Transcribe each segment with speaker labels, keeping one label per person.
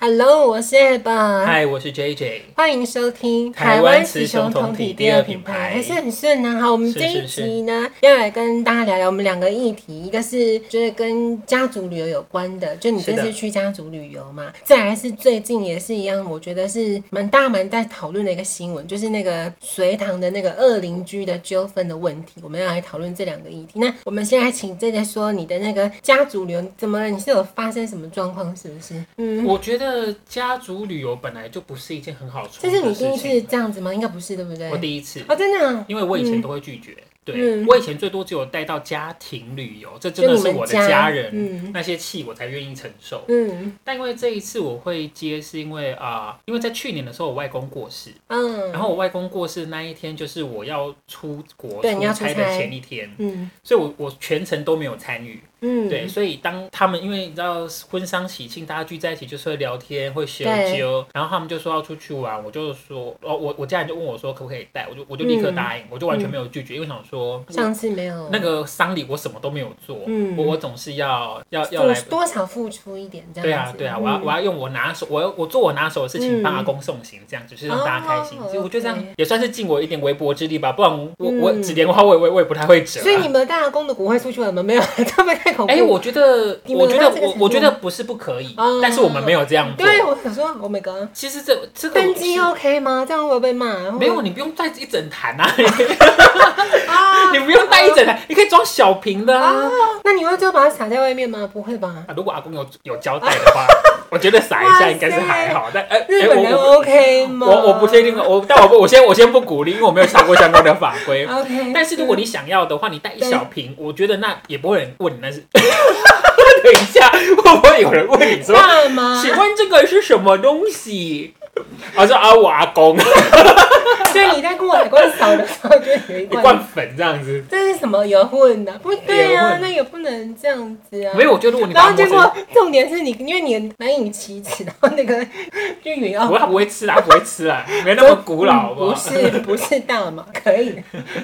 Speaker 1: Hello，我是 a b a
Speaker 2: 嗨，我是 JJ。
Speaker 1: 欢迎收听
Speaker 2: 台湾雌雄同体第二品牌
Speaker 1: 还是很顺啊。好，我们
Speaker 2: 是
Speaker 1: 这一
Speaker 2: 是是
Speaker 1: 集呢要来跟大家聊聊我们两个议题，一个是就是跟家族旅游有关的，就你这
Speaker 2: 是
Speaker 1: 次
Speaker 2: 的
Speaker 1: 去家族旅游嘛，再来是最近也是一样，我觉得是蛮大蛮在讨论的一个新闻，就是那个隋唐的那个恶邻居的纠纷的问题，我们要来讨论这两个议题。那我们现在请 JJ 说你的那个家族旅游怎么了？你是有发生什么状况是不是？嗯。
Speaker 2: 我觉得家族旅游本来就不是一件很好
Speaker 1: 这
Speaker 2: 冲
Speaker 1: 是你
Speaker 2: 的
Speaker 1: 第
Speaker 2: 事
Speaker 1: 一
Speaker 2: 情。
Speaker 1: 次这样子吗？应该不是，对不对？
Speaker 2: 我第一次，
Speaker 1: 哦，真的啊、
Speaker 2: 因为我以前都会拒绝。对
Speaker 1: 嗯，
Speaker 2: 我以前最多只有带到家庭旅游，这真的是我的
Speaker 1: 就你们家
Speaker 2: 家人
Speaker 1: 嗯
Speaker 2: 那些气我才愿意承受。
Speaker 1: 嗯
Speaker 2: 但因为这一次我会接，是因为啊、因为在去年的时候我外公过世，
Speaker 1: 嗯，
Speaker 2: 然后我外公过世那一天就是我要出国
Speaker 1: 对你要
Speaker 2: 出
Speaker 1: 出
Speaker 2: 差
Speaker 1: 差
Speaker 2: 的前一天，
Speaker 1: 嗯
Speaker 2: 所以我我全程都没有参与。
Speaker 1: 嗯，
Speaker 2: 对，，所以当他们因为你知道婚丧喜庆，大家聚在一起就是会聊天，会修
Speaker 1: 对
Speaker 2: 究，然后他们就说要出去玩，我就说，哦，我我家人就问我说可不可以带，我就我
Speaker 1: 嗯
Speaker 2: 就立刻答应，我就完全没有拒绝，因为想说
Speaker 1: 上次没有
Speaker 2: 那个丧礼我什么都没有做，
Speaker 1: 嗯
Speaker 2: 我我总是要要要
Speaker 1: 付
Speaker 2: 来
Speaker 1: 出。多少付出一点这
Speaker 2: 对
Speaker 1: 样
Speaker 2: 啊
Speaker 1: 子，，
Speaker 2: 对啊，我要
Speaker 1: 嗯
Speaker 2: 我要用我拿手，我要我做我拿手的事
Speaker 1: 嗯
Speaker 2: 情，帮阿公送行，这样子就是让大家开心。
Speaker 1: 哦
Speaker 2: 其实我觉得这样
Speaker 1: OK
Speaker 2: 也算是尽我一点微薄之力吧，不然我我
Speaker 1: 嗯
Speaker 2: 纸莲花我也我也我也不太会折啊。
Speaker 1: 所以你们大公的骨灰出去了吗？没有，啊这么太恐怖。
Speaker 2: 哎、我觉得，
Speaker 1: 你们
Speaker 2: 我觉
Speaker 1: 有到
Speaker 2: 得
Speaker 1: 这个
Speaker 2: 我
Speaker 1: 程度
Speaker 2: 我觉得不是不可以，
Speaker 1: 哦
Speaker 2: 但是我们没有这样做。
Speaker 1: 对我想说，Oh my god，
Speaker 2: 其实这这个
Speaker 1: 登机哦 OK 吗？这样会不会被骂？
Speaker 2: 没有，你不用带一整坛啊，
Speaker 1: 啊
Speaker 2: 你不用带一整坛，你可以装小瓶的啊。
Speaker 1: 啊，那你会就把它撒在外面吗？不会吧？
Speaker 2: 啊如果阿公有有交代的话，我觉得撒一
Speaker 1: 哇
Speaker 2: 下
Speaker 1: 塞
Speaker 2: 应该是还好，但哎
Speaker 1: 日
Speaker 2: 哎
Speaker 1: 本人
Speaker 2: 我我
Speaker 1: OK 吗？
Speaker 2: 我我不确定，啊我但我不我先我先不鼓励，因为我没有查过相关的法规。
Speaker 1: OK，
Speaker 2: 但是如果
Speaker 1: 你
Speaker 2: 你想要的话，你带一小瓶，我觉得那也不会有人问你那是。 等一下，会不会有人问你说
Speaker 1: 大吗？
Speaker 2: 请问这个是什么东西？我说啊，我阿公
Speaker 1: 所以你在过海关扫的时候，就有一
Speaker 2: 一罐粉这样子。
Speaker 1: 这是什么油混的？不对
Speaker 2: 油
Speaker 1: 啊，
Speaker 2: 混
Speaker 1: 那也不能这样子啊。
Speaker 2: 没有，我觉得如果你
Speaker 1: 然
Speaker 2: 把
Speaker 1: 后
Speaker 2: 它
Speaker 1: 结
Speaker 2: 磨
Speaker 1: 果
Speaker 2: 成，
Speaker 1: 重点是你，因为你难以启齿，然后那个 就以为
Speaker 2: 不会，他
Speaker 1: 哦，
Speaker 2: 不会吃啦，啊他不会吃啦，没那么古老，好不
Speaker 1: 不
Speaker 2: 好？
Speaker 1: 是不是大嘛，可以，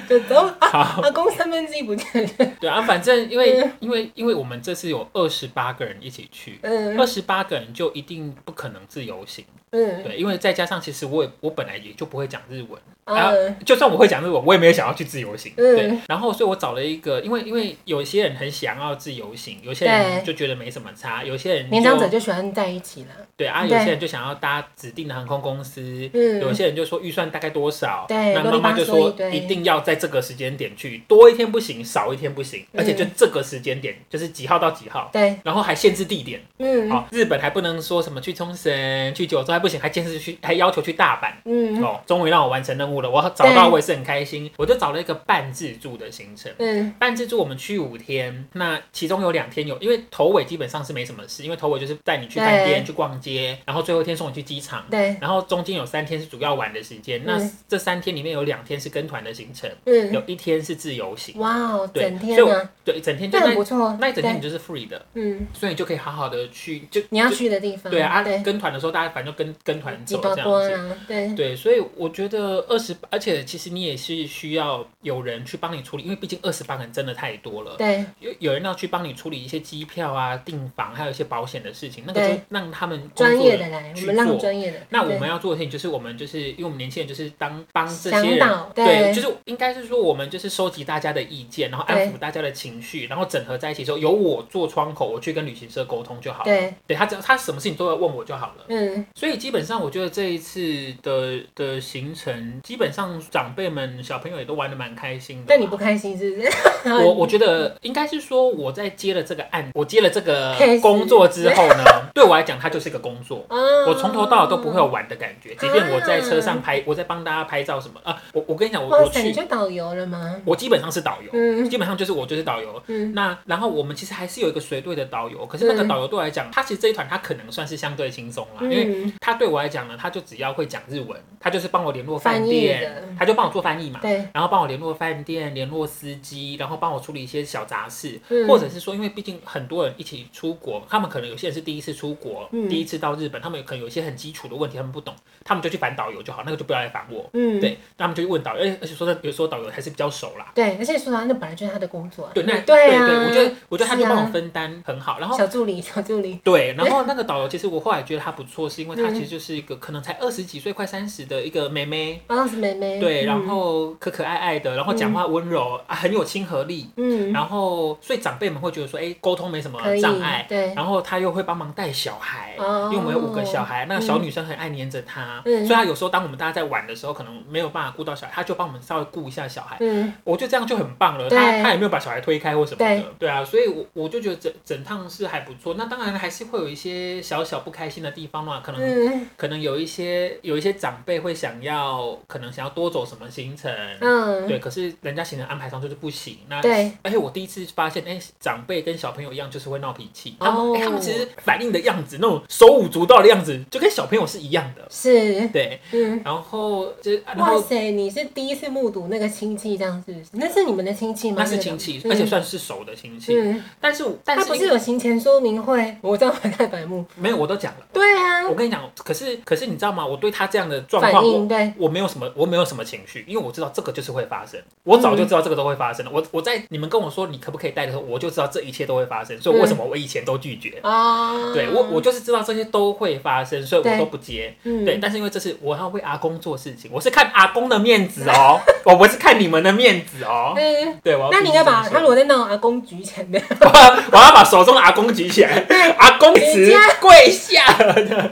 Speaker 1: 就走 啊，
Speaker 2: 好，
Speaker 1: 阿公三分之一不见了，
Speaker 2: 对啊，反正因
Speaker 1: 嗯
Speaker 2: 为因为因为我们这次有二十八个人一起去。二
Speaker 1: 嗯
Speaker 2: 十八个人就一定不可能自由行，
Speaker 1: 嗯
Speaker 2: 对，因为再加上其实我也我本来也就不会讲日文，啊
Speaker 1: 嗯，
Speaker 2: 就算我会讲日文，我也没有想要去自由行，
Speaker 1: 嗯
Speaker 2: 对。然后，所以我找了一个，因为因为有些人很想要自由行，有些人就觉得没什么差，有些人
Speaker 1: 年长
Speaker 2: 就
Speaker 1: 者就喜欢在一起了，
Speaker 2: 对啊，有
Speaker 1: 对
Speaker 2: 些人就想要搭指定的航空公司，
Speaker 1: 嗯
Speaker 2: 有些人就说预算大概多少，
Speaker 1: 对
Speaker 2: 那
Speaker 1: 啰
Speaker 2: 妈
Speaker 1: 里吧
Speaker 2: 妈就
Speaker 1: 嗦一
Speaker 2: 说
Speaker 1: 堆
Speaker 2: 一定要在这个时间点去，多一天不行，少一天不行，
Speaker 1: 嗯
Speaker 2: 而且就这个时间点，就是几号到几号。
Speaker 1: 对，
Speaker 2: 然后还限制地点，
Speaker 1: 嗯
Speaker 2: 好、日本还不能说什么去冲绳、去九州还不行，还限制去，还要求去大阪。
Speaker 1: 嗯
Speaker 2: 哦，终于让我完成任务了，我找到我也是很开心，我就找了一个半自助的行程。
Speaker 1: 嗯
Speaker 2: 半自助我们去五天，那其中有两天有，因为头尾基本上是没什么事，因为头尾就是带你去饭店、
Speaker 1: 对
Speaker 2: 去逛街，然后最后一天送你去机场，
Speaker 1: 对，
Speaker 2: 然后中间有三天是主要玩的时间。那
Speaker 1: 嗯
Speaker 2: 这三天里面有两天是跟团的行程，
Speaker 1: 嗯，
Speaker 2: 有一天是自由行，
Speaker 1: 哇哦，
Speaker 2: 对
Speaker 1: 整天
Speaker 2: 所以
Speaker 1: 啊，
Speaker 2: 对，整天就
Speaker 1: 这
Speaker 2: 那
Speaker 1: 很不错，
Speaker 2: 那一整天你
Speaker 1: 对，
Speaker 2: 就是 free 的，
Speaker 1: 嗯，
Speaker 2: 所以你就可以好好的去就
Speaker 1: 你要
Speaker 2: 就
Speaker 1: 去的地方，
Speaker 2: 对啊，
Speaker 1: 嗯对，
Speaker 2: 跟团的时候大家反正就跟跟团
Speaker 1: 几
Speaker 2: 走
Speaker 1: 包
Speaker 2: 这样
Speaker 1: 包
Speaker 2: 子。
Speaker 1: 啊，对，
Speaker 2: 对，所以我觉得二十，而且其实你也是需要有人去帮你处理，因为毕竟二十八人真的太多了，
Speaker 1: 对，
Speaker 2: 有有人要去帮你处理一些机票啊、订房，还有一些保险的事情，那个
Speaker 1: 对
Speaker 2: 就让他们工
Speaker 1: 专
Speaker 2: 作
Speaker 1: 业
Speaker 2: 人
Speaker 1: 的来，我
Speaker 2: 去
Speaker 1: 们让
Speaker 2: 做
Speaker 1: 专业的。
Speaker 2: 那我
Speaker 1: 对
Speaker 2: 们要做的事情就是，我们就是因为我们年轻人就是当帮这
Speaker 1: 向
Speaker 2: 些人
Speaker 1: 导，
Speaker 2: 对，
Speaker 1: 对
Speaker 2: 就是应该是说我们就是收集大家的意见，然后安
Speaker 1: 对
Speaker 2: 抚大家的情绪，然后整合在一起之后，由我做窗口，我去跟旅行社沟通就好了。
Speaker 1: 对，
Speaker 2: 对他只要他什么事情都要问我就好了。
Speaker 1: 嗯
Speaker 2: 所以基本上，我觉得这一次的的行程，基本上长辈们、小朋友也都玩的蛮开心的。
Speaker 1: 但你不开心是不是？
Speaker 2: 我
Speaker 1: 嗯
Speaker 2: 我觉得应该是说，我在接了这个案，我接了这个
Speaker 1: Case
Speaker 2: 工作之后 呢，对我来讲，它就是一个工作。
Speaker 1: 啊
Speaker 2: 我从头到尾都不会有玩的感觉，即便我在车上拍，我在帮大家拍照什么啊，我我跟你讲，我
Speaker 1: 嗯哇
Speaker 2: 我
Speaker 1: 塞，你
Speaker 2: 去，
Speaker 1: 就导游了吗？
Speaker 2: 我基本上是导游，
Speaker 1: 嗯
Speaker 2: 基本上就是我就是导游。
Speaker 1: 嗯，
Speaker 2: 那然后我们其实还是有一个随队的导游，可是那个
Speaker 1: 嗯
Speaker 2: 导游对我来讲，他其实这一团他可能算是相对轻松啦，因为
Speaker 1: 嗯，
Speaker 2: 他对我来讲呢，他就只要会讲日文，他就是帮我联络饭
Speaker 1: 翻的
Speaker 2: 店，他就帮我做翻译嘛，
Speaker 1: 对，
Speaker 2: 然后帮我联络饭店、联络司机，然后帮我处理一些小杂事，
Speaker 1: 嗯
Speaker 2: 或者是说，因为毕竟很多人一起出国，他们可能有些人是第一次出国，
Speaker 1: 嗯
Speaker 2: 第一次到日本，他们可能有一些很基础的问题他们不懂，他们就去烦导游就好，那个就不要来烦我。
Speaker 1: 嗯，
Speaker 2: 对，那他们就去问导游，而而且说的，有时候导游还是比较熟啦。
Speaker 1: 对，而且说他那本来就是他的工作啊，
Speaker 2: 对，那
Speaker 1: 对啊，
Speaker 2: 对，我觉得我觉得他就是
Speaker 1: 啊
Speaker 2: 帮我分担很好，然后
Speaker 1: 小助理， 小助理，
Speaker 2: 对，然后那个导游其实我后来觉得他不错，是因为他
Speaker 1: 嗯
Speaker 2: 其实就是一个可能才二十几岁、快三十的一个妹妹，
Speaker 1: 然后是妹妹，嗯
Speaker 2: 对，然后可可爱爱的，然后讲话温柔，啊很有亲和力，
Speaker 1: 嗯，
Speaker 2: 然后所以长辈们会觉得说，哎，沟通没什么
Speaker 1: 可以
Speaker 2: 障碍，
Speaker 1: 对，
Speaker 2: 然后他又会帮忙带小孩。
Speaker 1: 哦
Speaker 2: 因为我们有五个小孩，那个小女生很爱黏着他，
Speaker 1: 嗯
Speaker 2: 所以他有时候当我们大家在玩的时候，可能没有办法顾到小孩，他就帮我们稍微顾一下小孩。
Speaker 1: 嗯，
Speaker 2: 我觉得这样就很棒了，
Speaker 1: 对
Speaker 2: 他他也没有把小孩推开或什么的，
Speaker 1: 对
Speaker 2: 对啊，所以我我就觉得整整趟是还不错。那当然还是会有一些小小不开心的地方嘛，可能、
Speaker 1: 嗯
Speaker 2: 可能有一些有一些长辈会想要，可能想要多走什么行程，
Speaker 1: 嗯，
Speaker 2: 对，可是人家行程安排上就是不行。那
Speaker 1: 对
Speaker 2: 而且我第一次发现，哎、长辈跟小朋友一样，就是会闹脾气。他们、
Speaker 1: 哦
Speaker 2: 哎他们其实反应的样子，那种手舞足蹈的样子，就跟小朋友是一样的。
Speaker 1: 是，
Speaker 2: 对，
Speaker 1: 嗯。
Speaker 2: 然后就是，然
Speaker 1: 哇
Speaker 2: 后
Speaker 1: 塞！你是第一次目睹那个亲戚这样，是不是？那是你们的亲戚吗？
Speaker 2: 那是亲戚，
Speaker 1: 嗯
Speaker 2: 而且算是熟的亲戚。
Speaker 1: 嗯，
Speaker 2: 但是我，但
Speaker 1: 他
Speaker 2: 是
Speaker 1: 不是有行前说明会？我这样很太白 目。
Speaker 2: 没有，我都讲了。
Speaker 1: 对啊
Speaker 2: 我，跟你讲，可是可是你知道吗？我对他这样的状
Speaker 1: 反
Speaker 2: 况，
Speaker 1: 应
Speaker 2: 我
Speaker 1: 对，
Speaker 2: 我没有什么，我没有什么情绪，因为我知道这个就是会发生。我早就知道这个都会发生了。我我在你们跟我说你可不可以带的时候，我就知道这一切都会发生。所以为
Speaker 1: 嗯
Speaker 2: 什么我以前都拒绝？
Speaker 1: 啊，
Speaker 2: 对我我就是知道这些都会发生，所以
Speaker 1: 对
Speaker 2: 我都不接。
Speaker 1: 嗯
Speaker 2: 对，但是因为这是我要为阿公做事情，我是看阿公的面子哦，我不是看你们的面子哦。
Speaker 1: 嗯，
Speaker 2: 对，我要
Speaker 1: 那你应该
Speaker 2: 必须这么
Speaker 1: 把
Speaker 2: 说
Speaker 1: 他裸在那种阿公举起来，
Speaker 2: 我要把手中的阿公举起来，阿公
Speaker 1: 人
Speaker 2: 词
Speaker 1: 家
Speaker 2: 跪下，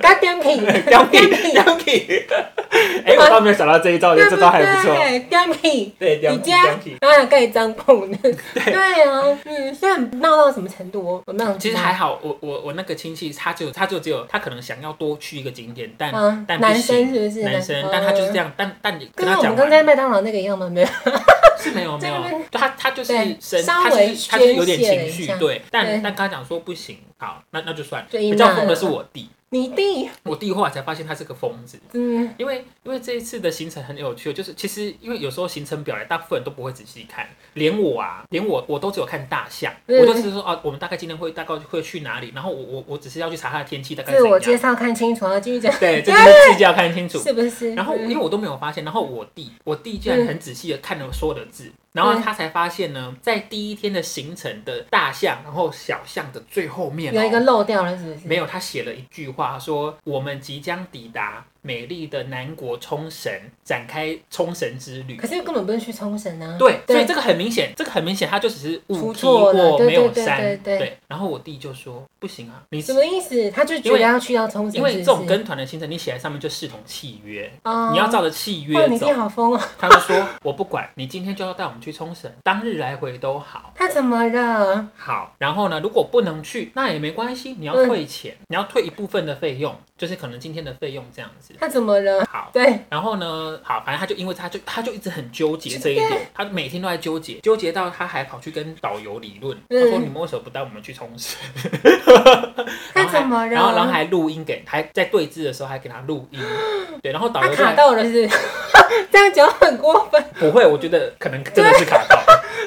Speaker 1: 他叼起，
Speaker 2: 两米两米。哎，我倒没有想到这一招，我 觉得这招还不错。
Speaker 1: 对，叼起。
Speaker 2: 对，两
Speaker 1: 你
Speaker 2: 米
Speaker 1: 家
Speaker 2: 两米。
Speaker 1: 当然盖张碰 的，对啊，嗯，虽然闹到什么程度，我我那
Speaker 2: 其实还好，我我我那个亲戚，他就他就只有他可能想要多去一个景点，但
Speaker 1: 嗯
Speaker 2: 但
Speaker 1: 男
Speaker 2: 不行
Speaker 1: 生是不是
Speaker 2: 男
Speaker 1: 男
Speaker 2: 生，但他就是这样，但但你跟
Speaker 1: 跟
Speaker 2: 他
Speaker 1: 我
Speaker 2: 讲
Speaker 1: 们刚
Speaker 2: 完，
Speaker 1: 才麦当劳那个一样吗？没有，
Speaker 2: 是没有没
Speaker 1: 在
Speaker 2: 有
Speaker 1: 那边，
Speaker 2: 就他他就是
Speaker 1: 对
Speaker 2: 神，
Speaker 1: 稍
Speaker 2: 他
Speaker 1: 微
Speaker 2: 就是他就是
Speaker 1: 宣
Speaker 2: 有点
Speaker 1: 泄了
Speaker 2: 情
Speaker 1: 一
Speaker 2: 绪
Speaker 1: 下，
Speaker 2: 对，
Speaker 1: 对
Speaker 2: 但但刚讲说不行，好，那那就算了。
Speaker 1: 就赢
Speaker 2: 比较
Speaker 1: 了
Speaker 2: 疯的是我弟，
Speaker 1: 你弟，
Speaker 2: 我弟后来才发现他是个疯子，
Speaker 1: 嗯，
Speaker 2: 因为因为这一次的行程很有趣，就是其实因为有时候行程表来，大部分人都不会仔细看，连我啊，连我我都只有看大象，
Speaker 1: 嗯
Speaker 2: 我就是说啊，我们大概今天会大概会去哪里，然后我我我只是要去查它的天气大概
Speaker 1: 自我
Speaker 2: 怎
Speaker 1: 介
Speaker 2: 样，
Speaker 1: 绍看清楚，要继续讲，
Speaker 2: 对，这 就是自己要看清楚。
Speaker 1: 是不是？
Speaker 2: 然后因为
Speaker 1: 嗯
Speaker 2: 我都没有发现，然后我弟我弟竟然很仔细的看了所有的字，然
Speaker 1: 嗯
Speaker 2: 后他才发现呢，在第一天的行程的大象，然后小象的最后面、哦、
Speaker 1: 有一个漏掉了，是不是？
Speaker 2: 没有，他写了一句话说：“我们即将抵达美丽的南国冲绳，展开冲绳之旅。
Speaker 1: 可是根本不是去冲绳啊。
Speaker 2: 对，所
Speaker 1: 对
Speaker 2: 以这个很明显，这个很明显，他就只是误
Speaker 1: 出
Speaker 2: 踢
Speaker 1: 错了
Speaker 2: 过
Speaker 1: 对
Speaker 2: 没有
Speaker 1: 对对
Speaker 2: 删。
Speaker 1: 对对
Speaker 2: 然后我弟就说：“不行啊，你
Speaker 1: 什么意思？他就觉得要去到冲绳，
Speaker 2: 因为
Speaker 1: 是
Speaker 2: 这
Speaker 1: 不
Speaker 2: 种
Speaker 1: 是
Speaker 2: 跟团的行程，你写在上面就视同契约，
Speaker 1: 哦
Speaker 2: 你要照着契
Speaker 1: 哇，
Speaker 2: 约
Speaker 1: 你
Speaker 2: 走。
Speaker 1: 弟好疯哦！
Speaker 2: 他就说：“我不管，你今天就要带我们去冲绳，当日来回都好。”
Speaker 1: 他怎么了？
Speaker 2: 好，然后呢，如果不能去，那也没关系，你要
Speaker 1: 嗯
Speaker 2: 退钱，你要退一部分的费用，就是可能今天的费用这样子。
Speaker 1: 他怎么了？
Speaker 2: 好，
Speaker 1: 对，
Speaker 2: 然后呢，好，反正他就因为他就他就一直很纠结这一
Speaker 1: 嗯
Speaker 2: 点，他每天都在纠结，纠结到他还跑去跟导游理论，他说
Speaker 1: 嗯
Speaker 2: 你们为什么不带我们去冲 绳？
Speaker 1: 他怎么了？
Speaker 2: 然后然后还录音给，还在对峙的时候还给他录音，对，然后导
Speaker 1: 他
Speaker 2: 游就
Speaker 1: 卡到了，是不是 这样讲很过分。
Speaker 2: 不会，我觉得可能真的是卡到。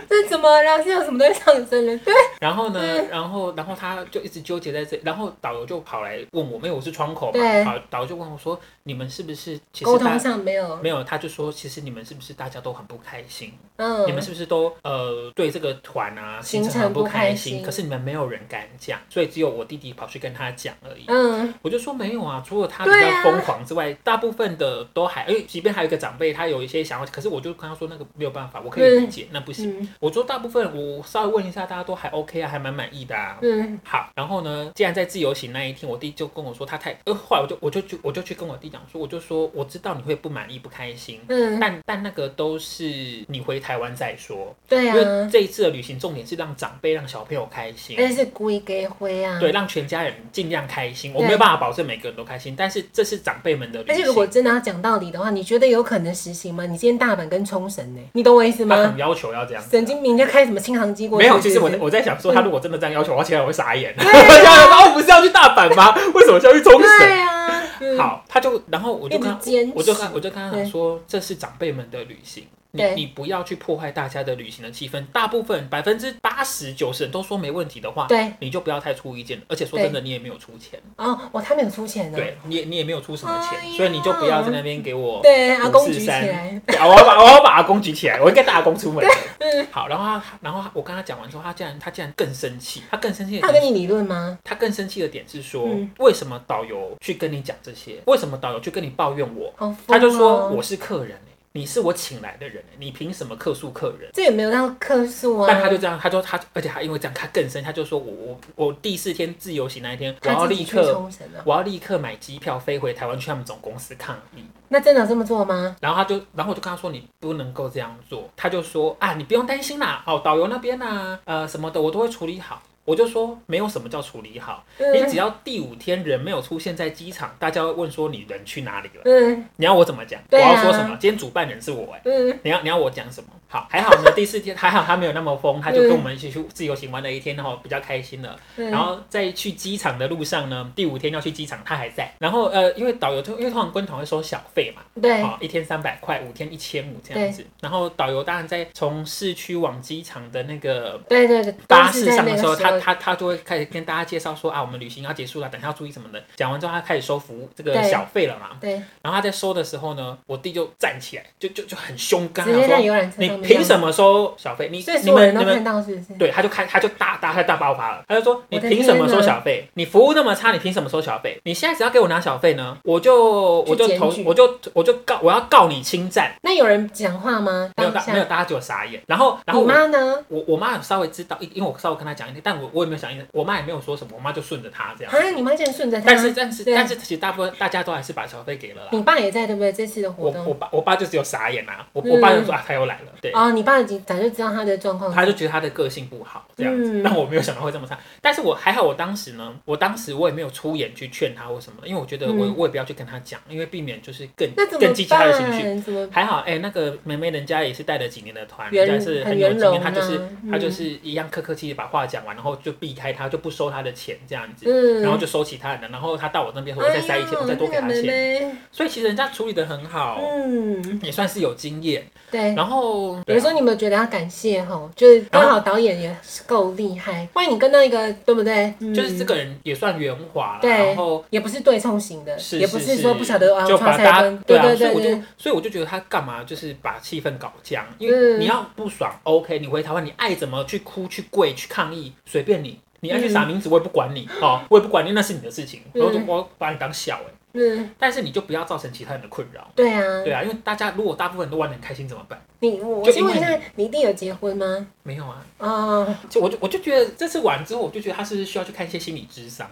Speaker 1: 这怎么了？是有什么东西上身了？对，
Speaker 2: 然后呢
Speaker 1: 嗯，
Speaker 2: 然后然后他就一直纠结在这，然后导游就跑来问我，因为我是窗口
Speaker 1: 对
Speaker 2: 嘛，导导游就问我说，你们是不是其
Speaker 1: 沟
Speaker 2: 实
Speaker 1: 通
Speaker 2: 大
Speaker 1: 上没有，
Speaker 2: 没有？他就说，其实你们是不是大家都很不开心？
Speaker 1: 嗯，
Speaker 2: 你们是不是都呃对这个团啊
Speaker 1: 行
Speaker 2: 行
Speaker 1: 程
Speaker 2: 程很
Speaker 1: 不
Speaker 2: 不
Speaker 1: 开
Speaker 2: 开
Speaker 1: 心
Speaker 2: 心？可是你们没有人敢讲，所以只有我弟弟跑去跟他讲而已。
Speaker 1: 嗯，
Speaker 2: 我就说没有啊，除了他比
Speaker 1: 对啊
Speaker 2: 较疯狂之外，大部分的都还，因为即便还有一个长辈，他有一些想要，可是我就跟他说那个没有办法，我可以理解，那不行。
Speaker 1: 嗯
Speaker 2: 我说大部分我稍微问一下，大家都还 OK 啊，还蛮满意的啊。
Speaker 1: 嗯，
Speaker 2: 好，然后呢，既然在自由行那一天，我弟就跟我说他太，呃，后来我就我就去我就去跟我弟讲说，我就说我知道你会不满意不开心，
Speaker 1: 嗯，
Speaker 2: 但但那个都是你回台湾再说，
Speaker 1: 对
Speaker 2: 因
Speaker 1: 啊
Speaker 2: 为，这一次的旅行重点是让长辈让小朋友开心。
Speaker 1: 但是故意给灰啊。
Speaker 2: 对，，让全家人尽量开心。我
Speaker 1: 对
Speaker 2: 没有办法保证每个人都开心，但是这是长辈们的旅
Speaker 1: 而
Speaker 2: 行。
Speaker 1: 且如果真的要讲道理的话，你觉得有可能实行吗？你今天大阪跟冲绳呢？你懂我意思
Speaker 2: 他
Speaker 1: 吗
Speaker 2: 很？要求要这样子啊，
Speaker 1: 神经病，就开什么轻航机过去？
Speaker 2: 没有，其实
Speaker 1: 是不嗯
Speaker 2: 我
Speaker 1: 是
Speaker 2: 在我在想说，他如果真的这样要求，我其实我会傻眼。我
Speaker 1: 啊
Speaker 2: 想说，哦，不是要去大阪吗？为什么是要去冲绳？
Speaker 1: 对啊，嗯
Speaker 2: 好，他就然后我就
Speaker 1: 一直
Speaker 2: 跟他
Speaker 1: 坚持
Speaker 2: 我就跟我就跟他
Speaker 1: 对
Speaker 2: 讲说，这是长辈们的旅行。你
Speaker 1: 对
Speaker 2: 你不要去破坏大家的旅行的气氛。大部分百分之八十九十人都说没问题的话，
Speaker 1: 对
Speaker 2: 你就不要太出意见了。而且说真的，你也没有出钱，
Speaker 1: 哦，我他没有出钱呢、
Speaker 2: 对，你也你也没有出什么钱，
Speaker 1: 哎呀
Speaker 2: 所以你就不要在那边给我
Speaker 1: 对，阿公
Speaker 2: 五四
Speaker 1: 举起
Speaker 2: 三
Speaker 1: 来，
Speaker 2: 对 啊，我要把我要把阿公举起来，我应该带阿公出门的。
Speaker 1: 嗯
Speaker 2: 好，然后他，然后他我跟他讲完之后，他竟然他竟然更生气，他更生气的
Speaker 1: 他有跟
Speaker 2: 点是，
Speaker 1: 你理论吗？
Speaker 2: 他更生气的点是说，
Speaker 1: 嗯
Speaker 2: 为什么导游去跟你讲这些？为什么导游去跟你抱怨我？
Speaker 1: 好疯哦
Speaker 2: 他就说我是客人、欸你是我请来的人、欸你凭什么客诉客人？
Speaker 1: 这也没有让客诉啊，
Speaker 2: 但他就这样，他就他，而且他因为这样，他更生气，他就说我我我第四天自由行那一天，我要
Speaker 1: 他自
Speaker 2: 立
Speaker 1: 己去
Speaker 2: 刻
Speaker 1: 冲绳了。啊
Speaker 2: 我要立刻买机票飞回台湾去他们总公司抗议。
Speaker 1: 那真的有这么做吗？
Speaker 2: 然后他就，然后我就跟他说，你不能够这样做。他就说啊，你不用担心啦，哦，导游那边呐、呃，什么的，我都会处理好。我就说，没有什么叫处理好，你
Speaker 1: 嗯
Speaker 2: 只要第五天人没有出现在机场，大家会问说你人去哪里了。
Speaker 1: 嗯
Speaker 2: 你要我怎么讲？我
Speaker 1: 对啊
Speaker 2: 要说什么？今天主办人是我哎、
Speaker 1: 嗯，
Speaker 2: 你要你要我讲什么？好，还好呢。第四天还好他没有那么疯，他就跟我们一起去自由行玩了一天，然后比较开心了。
Speaker 1: 嗯
Speaker 2: 然后在去机场的路上呢，第五天要去机场，他还在。然后呃，因为导游就因为通常跟团会收小费嘛，
Speaker 1: 对，
Speaker 2: 哦，一天三百块，五天一千五这样子。然后导游当然在从市区往机场的那个
Speaker 1: 对对对，
Speaker 2: 巴
Speaker 1: 都是
Speaker 2: 士
Speaker 1: 在
Speaker 2: 上
Speaker 1: 那
Speaker 2: 的
Speaker 1: 个
Speaker 2: 时候，他他他就会开始跟大家介绍说啊，我们旅行要结束了，等一下要注意什么的。讲完之后，他开始收服务这个
Speaker 1: 对
Speaker 2: 小费了嘛。
Speaker 1: 对，
Speaker 2: 然后他在收的时候呢，我弟就站起来，就就就很凶，刚
Speaker 1: 直接在
Speaker 2: 说
Speaker 1: 游览车
Speaker 2: 你
Speaker 1: 上面，
Speaker 2: 凭什？么收小费？你
Speaker 1: 所以
Speaker 2: 你
Speaker 1: 所有
Speaker 2: 们
Speaker 1: 人都
Speaker 2: 你
Speaker 1: 看
Speaker 2: 们。
Speaker 1: 到是不是？
Speaker 2: 对，他就开，他就大大他大爆发了，他就说：“你
Speaker 1: 我的
Speaker 2: 凭什么
Speaker 1: 天哪
Speaker 2: 收小费？你服务那么差，你凭什么收小费？你现在只要给我拿小费呢，我就我就
Speaker 1: 去检
Speaker 2: 投
Speaker 1: 举，
Speaker 2: 我就我就告，我要告你侵占。”
Speaker 1: 那有人讲话吗？
Speaker 2: 没有
Speaker 1: 当
Speaker 2: 大
Speaker 1: 下
Speaker 2: 没有，大家就傻眼。然后然后
Speaker 1: 你
Speaker 2: 我
Speaker 1: 妈呢？
Speaker 2: 我我妈有稍微知道一，因为我稍微跟她讲一点，但我我也没有想一，我妈也没有说什么，我妈就顺着她这样。
Speaker 1: 啊，你妈竟然顺着他，
Speaker 2: 但是但是
Speaker 1: 对嗯
Speaker 2: 但是，其实大部分大家都还是把小费给了啦。
Speaker 1: 你爸也在对不对？这次的
Speaker 2: 我
Speaker 1: 活
Speaker 2: 我
Speaker 1: 动
Speaker 2: 爸我爸就只有傻眼啦、我我爸就说啊他又来了，对，
Speaker 1: 嗯哦，你爸已经早就知道他的状况，
Speaker 2: 他就觉得他的个性不好这样子
Speaker 1: 嗯。
Speaker 2: 但我没有想到会这么差，但是我还好，我当时呢，我当时我也没有出言去劝他或什么，因为我觉得我
Speaker 1: 嗯
Speaker 2: 我也不要去跟他讲，因为避免就是更
Speaker 1: 那怎么
Speaker 2: 更激起他的情绪。
Speaker 1: 办？怎么
Speaker 2: 还好，哎、那个妹妹人家也是带了几年的团，
Speaker 1: 圆
Speaker 2: 人家是
Speaker 1: 很
Speaker 2: 有
Speaker 1: 圆
Speaker 2: 经
Speaker 1: 融
Speaker 2: 验，她就是
Speaker 1: 啊
Speaker 2: 她就是一样客客气气把话讲完，然后就避开她，就不收她的钱这样子，
Speaker 1: 嗯，
Speaker 2: 然后就收其他人的，然后她到我那边说，我再塞一千，
Speaker 1: 哎呦
Speaker 2: 我再多给她
Speaker 1: 那个
Speaker 2: 钱，
Speaker 1: 妹妹
Speaker 2: 所以其实人家处理的很好，
Speaker 1: 嗯，
Speaker 2: 也算是有经验。
Speaker 1: 对。
Speaker 2: 然后啊
Speaker 1: 有时候你们觉得要感谢哈，就是刚好导演也是够厉害，万一你跟到一个对不对？嗯
Speaker 2: 就是这个人也算圆滑了，
Speaker 1: 对
Speaker 2: 然后
Speaker 1: 也不是对冲型的，
Speaker 2: 是
Speaker 1: 也不是说不晓得啊，
Speaker 2: 就
Speaker 1: 超
Speaker 2: 把
Speaker 1: 三
Speaker 2: 大
Speaker 1: 分
Speaker 2: 家，
Speaker 1: 对
Speaker 2: 啊，
Speaker 1: 对
Speaker 2: 所以
Speaker 1: 对
Speaker 2: 我就
Speaker 1: 对，
Speaker 2: 所以我就觉得他干嘛就是把气氛搞僵，因为
Speaker 1: 嗯
Speaker 2: 你要不爽，OK，你回台湾你爱怎么去哭去跪去抗议，随便你，你爱去撒名字我也不管你哦，我也不管你，那是你的事情，
Speaker 1: 嗯
Speaker 2: 我就我把你当小哎，
Speaker 1: 嗯，
Speaker 2: 但是你就不要造成其他人的困扰。
Speaker 1: 对啊
Speaker 2: 对，啊，因为大家如果大部分人都玩得很开心怎么办？
Speaker 1: 你我我
Speaker 2: 就
Speaker 1: 先
Speaker 2: 因为
Speaker 1: 问一下
Speaker 2: 你，
Speaker 1: 你弟有结婚吗？
Speaker 2: 没有啊，
Speaker 1: 哦，
Speaker 2: 就我就我就觉得这次玩之后，我就觉得他是不是需要去看一些心理智商。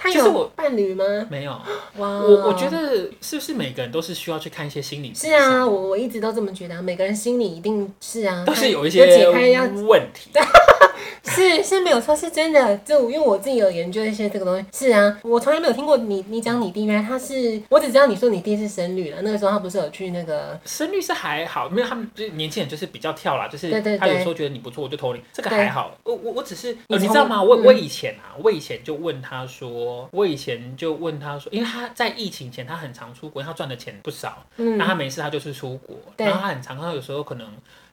Speaker 1: 他
Speaker 2: 其实
Speaker 1: 有
Speaker 2: 我
Speaker 1: 伴侣吗？
Speaker 2: 没有，
Speaker 1: 哇，
Speaker 2: 我我觉得是不是每个人都是需要去看一些心理智
Speaker 1: 是
Speaker 2: 商？
Speaker 1: 啊，我我一直都这么觉得啊，每个人心里一定是啊，
Speaker 2: 都是有一
Speaker 1: 要
Speaker 2: 些
Speaker 1: 解开要
Speaker 2: 问题。
Speaker 1: 是是没有错，是真的。就因为我自己有研究一些这个东西，是啊，我从来没有听过你你讲你弟，原来他是，我只知道你说你弟是僧侣了。那个时候他不是有去那个，
Speaker 2: 声律是还好，没有他们就是年轻人就是比较跳啦，就是
Speaker 1: 对对对
Speaker 2: 他有时候觉得你不错，我就投你，这个
Speaker 1: 对
Speaker 2: 还好。我我我只是、
Speaker 1: 你
Speaker 2: 呃
Speaker 1: 从
Speaker 2: 你知道吗？我
Speaker 1: 嗯
Speaker 2: 我以前啊，我以前就问他说，我以前就问他说，因为他在疫情前他很常出国，他赚的钱不少，
Speaker 1: 嗯
Speaker 2: 那、他没事他就是出国，
Speaker 1: 对
Speaker 2: 然后他很常，他有时候可能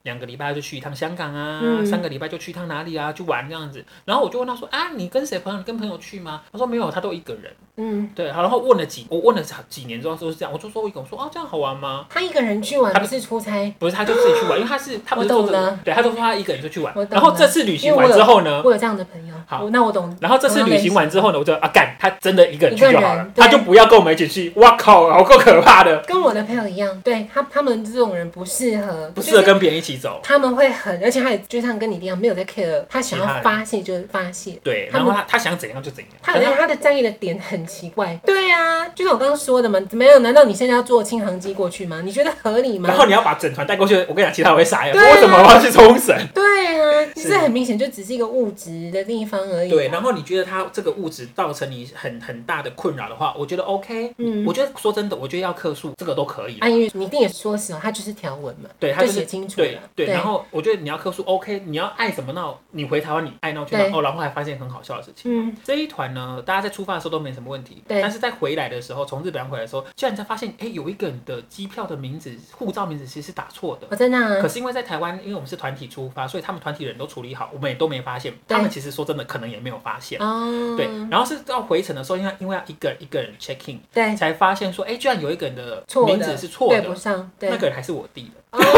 Speaker 2: 两个礼拜就去一趟香港啊，
Speaker 1: 嗯
Speaker 2: 三个礼拜就去一趟哪里啊，去玩这样子。然后我就问他说啊，你跟谁朋友？你跟朋友去吗？他说没有，他都一个人。
Speaker 1: 嗯，
Speaker 2: 对，然后问了几，我问了几年之后都是这样，我就说我一个，我说哦这样好玩吗？
Speaker 1: 他一个人去玩
Speaker 2: 他
Speaker 1: 不是出差，
Speaker 2: 不是，他就自己去玩，因为他是他不是
Speaker 1: 我
Speaker 2: 做
Speaker 1: 懂
Speaker 2: 这个
Speaker 1: 了，
Speaker 2: 对，他就说他一个人就去玩
Speaker 1: 我。懂了
Speaker 2: 然后这次旅行完之后呢，
Speaker 1: 我有这样的朋友，
Speaker 2: 啊好
Speaker 1: 我那我懂。
Speaker 2: 然后这次旅行完之后呢，我就啊干，他真的一个人去就好
Speaker 1: 一个
Speaker 2: 了
Speaker 1: 人，对
Speaker 2: 他就不要跟我们一起去。哇靠，好够可怕的，
Speaker 1: 跟我的朋友一样，对他他们这种人不适合，
Speaker 2: 不适
Speaker 1: 就
Speaker 2: 合
Speaker 1: 是
Speaker 2: 跟别人一起走。
Speaker 1: 他们会很，而且他也就像跟你一样，没有在 care，他想
Speaker 2: 其他
Speaker 1: 要
Speaker 2: 人
Speaker 1: 发泄就是发泄。
Speaker 2: 对，
Speaker 1: 他
Speaker 2: 然
Speaker 1: 们
Speaker 2: 后他他想怎样就怎样。
Speaker 1: 他好像他的在意的点很奇怪，对啊，就像我刚刚说的嘛，怎么样？难道你现在要坐轻航机过去吗？你觉得合理吗？
Speaker 2: 然后你要把整团带过去，我跟你讲，其他人会傻眼，
Speaker 1: 对啊
Speaker 2: 为什么我要去冲绳？
Speaker 1: 对啊，其实很明显就只是一个物质的地方而已。啊
Speaker 2: 对，啊然后你觉得它这个物质造成你很很大的困扰的话，我觉得 OK。
Speaker 1: 嗯
Speaker 2: 我觉得说真的，我觉得要克数这个都可以。
Speaker 1: 啊，因为你一定也说实话，它就是条文嘛，
Speaker 2: 对，它就
Speaker 1: 写
Speaker 2: 是
Speaker 1: 清楚
Speaker 2: 对
Speaker 1: 了。
Speaker 2: 对，然后我觉得你要克数 OK，你要爱怎么闹，你回台湾你爱闹去闹
Speaker 1: 对
Speaker 2: 哦，然后还发现很好笑的事情。
Speaker 1: 嗯，
Speaker 2: 这一团呢，大家在出发的时候都没什么问题，
Speaker 1: 对
Speaker 2: 但是在回来的时候，从日本回来的时候，居然才发现，哎、有一个人的机票的名字、护照名字其实是打错的。
Speaker 1: 我在那
Speaker 2: 可
Speaker 1: 啊，
Speaker 2: 是因为在台湾，因为我们是团体出发，所以他们团体人都处理好，我们也都没发现。
Speaker 1: 对
Speaker 2: 他们其实说真的，可能也没有发现。
Speaker 1: 哦，
Speaker 2: 对，然后是到回程的时候，因为因为要一个人一个人 check in，
Speaker 1: 对，
Speaker 2: 才发现说，哎、居然有一个人的
Speaker 1: 错的
Speaker 2: 名字是错
Speaker 1: 对不
Speaker 2: 的，
Speaker 1: 上，对，
Speaker 2: 那个人还是我弟的。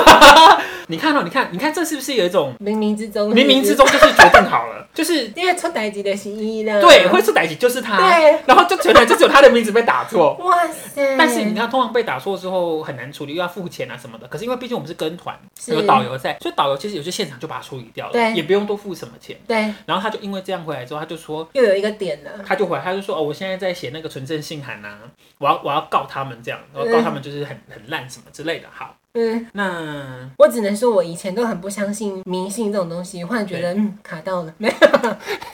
Speaker 2: 你看哦，你看，你看，这是不是有一种
Speaker 1: 冥冥之中，
Speaker 2: 冥冥之，中就是决定好
Speaker 1: 嗯
Speaker 2: 了，就是
Speaker 1: 因为出代级的是一的，
Speaker 2: 对，会啊出歹情就是他，
Speaker 1: 嗯对，
Speaker 2: 然后就原来就只有他的名字被打错。
Speaker 1: 哇塞，
Speaker 2: 但是你看，通常被打错之后很难处理，又要付钱啊什么的。可是因为毕竟我们是跟团，
Speaker 1: 是
Speaker 2: 有导游在，所以导游其实有些现场就把它处理掉了，
Speaker 1: 对
Speaker 2: 也不用多付什么钱。
Speaker 1: 对，
Speaker 2: 然后他就因为这样回来之后，他就说，
Speaker 1: 又有一个点了，
Speaker 2: 他就回来，他就说，哦，我现在在写那个存证信函啊，我要我要告他们这样，我要告他们就是很很烂什么之类的。好，
Speaker 1: 嗯。
Speaker 2: 那
Speaker 1: 我只能说，我以前都很不相信迷信这种东西，忽然觉得嗯卡到了，没 有，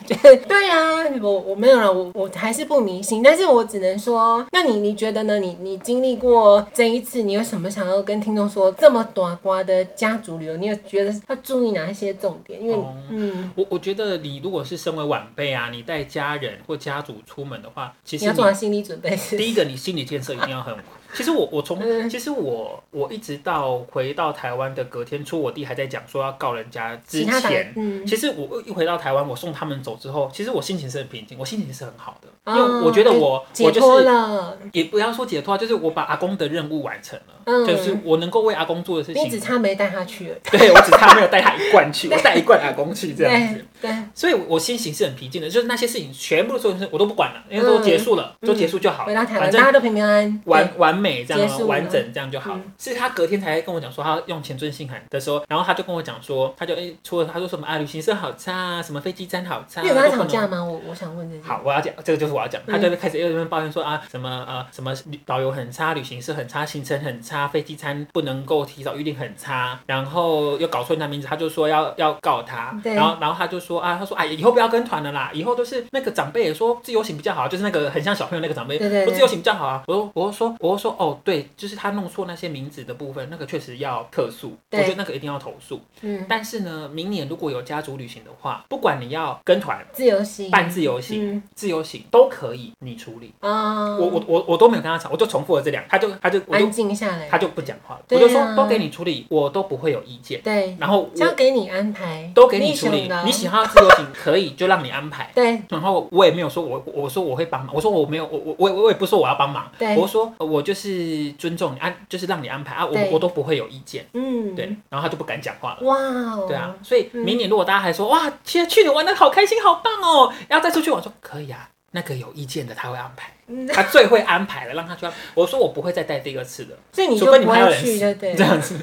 Speaker 1: 觉得对啊，我我没有了，我我还是不迷信，但是我只能说，那你你觉得呢？你你经历过这一次，你有什么想要跟听众说？这么短瓜的家族旅游，你有觉得要注意哪一些重点？因为、
Speaker 2: 哦
Speaker 1: 嗯，
Speaker 2: 我我觉得你如果是身为晚辈啊，你带家人或家族出门的话，其
Speaker 1: 你
Speaker 2: 实
Speaker 1: 要
Speaker 2: 你
Speaker 1: 做好心理准备是
Speaker 2: 第一个，你心理建设一定要很。其实我我从
Speaker 1: 嗯
Speaker 2: 其实我我一直到回到台湾的隔天初，我弟还在讲说要告人家之
Speaker 1: 其他打
Speaker 2: 前。
Speaker 1: 嗯
Speaker 2: 其实我一回到台湾，我送他们走之后，其实我心情是很平静，我心情是很好的，
Speaker 1: 哦
Speaker 2: 因为我觉得我、
Speaker 1: 哎解
Speaker 2: 我
Speaker 1: 脱
Speaker 2: 就是
Speaker 1: 了，
Speaker 2: 也不要说解脱啊，就是我把阿公的任务完成了，
Speaker 1: 嗯
Speaker 2: 就是我能够为阿公做的事
Speaker 1: 你只
Speaker 2: 情。
Speaker 1: 差没带他去而已。
Speaker 2: 对我只差没有带他一罐 去，我带一罐阿公去这样子
Speaker 1: 对。对，
Speaker 2: 所以我心情是很平静的，就是那些事情全部所有事情我都不管了，因为都结束了，
Speaker 1: 嗯
Speaker 2: 都结束就好了。
Speaker 1: 回到台
Speaker 2: 反
Speaker 1: 湾，
Speaker 2: 正
Speaker 1: 大家都平平安安。对
Speaker 2: 完完美这样
Speaker 1: 结
Speaker 2: 啊
Speaker 1: 束了
Speaker 2: 完整这样就好。
Speaker 1: 嗯
Speaker 2: 是他隔天才跟我讲说，他用前尊信函的时候，然后他就跟我讲说，他就哎、除了他说什么啊，旅行社好差啊，什么飞机餐好差、啊，
Speaker 1: 你有跟他
Speaker 2: 都不
Speaker 1: 吵
Speaker 2: 能
Speaker 1: 架吗？我我想问这个。
Speaker 2: 好，我要讲，这个就是我要讲。
Speaker 1: 嗯
Speaker 2: 他就开始又在那边抱怨说啊，什么呃，什么旅导游很差，旅行社很差，行程很差，飞机餐不能够提早预定很差，然后又搞错人家名字，他就说要要告他。
Speaker 1: 对
Speaker 2: 然后然后他就说啊，他说哎，以后不要跟团了啦，以后都是那个长辈也说自由行比较好，就是那个很像小朋友那个长辈，
Speaker 1: 对对对
Speaker 2: 说自由行比较好啊。我说我说我说哦，对，就是他弄错那些名字的部分，那个确实要客诉，我
Speaker 1: 对
Speaker 2: 觉得那个一定要投诉。
Speaker 1: 嗯，
Speaker 2: 但是呢，明年如果有家族旅行的话，不管你要跟团。
Speaker 1: 自由行，
Speaker 2: 半自由行，
Speaker 1: 嗯
Speaker 2: 自由行都可以你处理。
Speaker 1: 啊，
Speaker 2: 我我我我都没有跟他吵，我就重复了这两，他就他就我
Speaker 1: 安
Speaker 2: 就
Speaker 1: 静下来，
Speaker 2: 他就不讲话了，我
Speaker 1: 对啊
Speaker 2: 就说都给你处理，我都不会有意见。
Speaker 1: 对，
Speaker 2: 然后
Speaker 1: 交
Speaker 2: 我
Speaker 1: 给你安排，
Speaker 2: 都给你处
Speaker 1: 想
Speaker 2: 理
Speaker 1: 的，
Speaker 2: 你喜欢要自由行可以就让你安排。
Speaker 1: 对
Speaker 2: 然后我也没有说我我说我会帮忙，我说我没有我我我我也不说我要帮忙，
Speaker 1: 对
Speaker 2: 我说呃我就是尊重你安，就是让你安排啊，我
Speaker 1: 对
Speaker 2: 我都不会有意见。
Speaker 1: 嗯，
Speaker 2: 对，，然后他就不敢讲话了。
Speaker 1: 哇哦，
Speaker 2: 对啊，，所以
Speaker 1: 嗯
Speaker 2: 明年如果大家还说、哇，其实去年玩的好开心，好棒哦，然后再出去玩说可以啊，那个有意见的他会安排，
Speaker 1: 嗯
Speaker 2: 他最会安排了，让他去安排。我说我不会再带第二次的，
Speaker 1: 所以你
Speaker 2: 除
Speaker 1: 就
Speaker 2: 非你
Speaker 1: 不
Speaker 2: 们还有
Speaker 1: 会
Speaker 2: 人
Speaker 1: 去，
Speaker 2: 死
Speaker 1: 对不
Speaker 2: 这
Speaker 1: 对？
Speaker 2: 样子。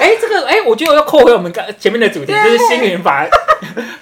Speaker 2: 哎、这个哎、我觉得要扣回我们刚前面的主题，
Speaker 1: 对
Speaker 2: 就是心灵法，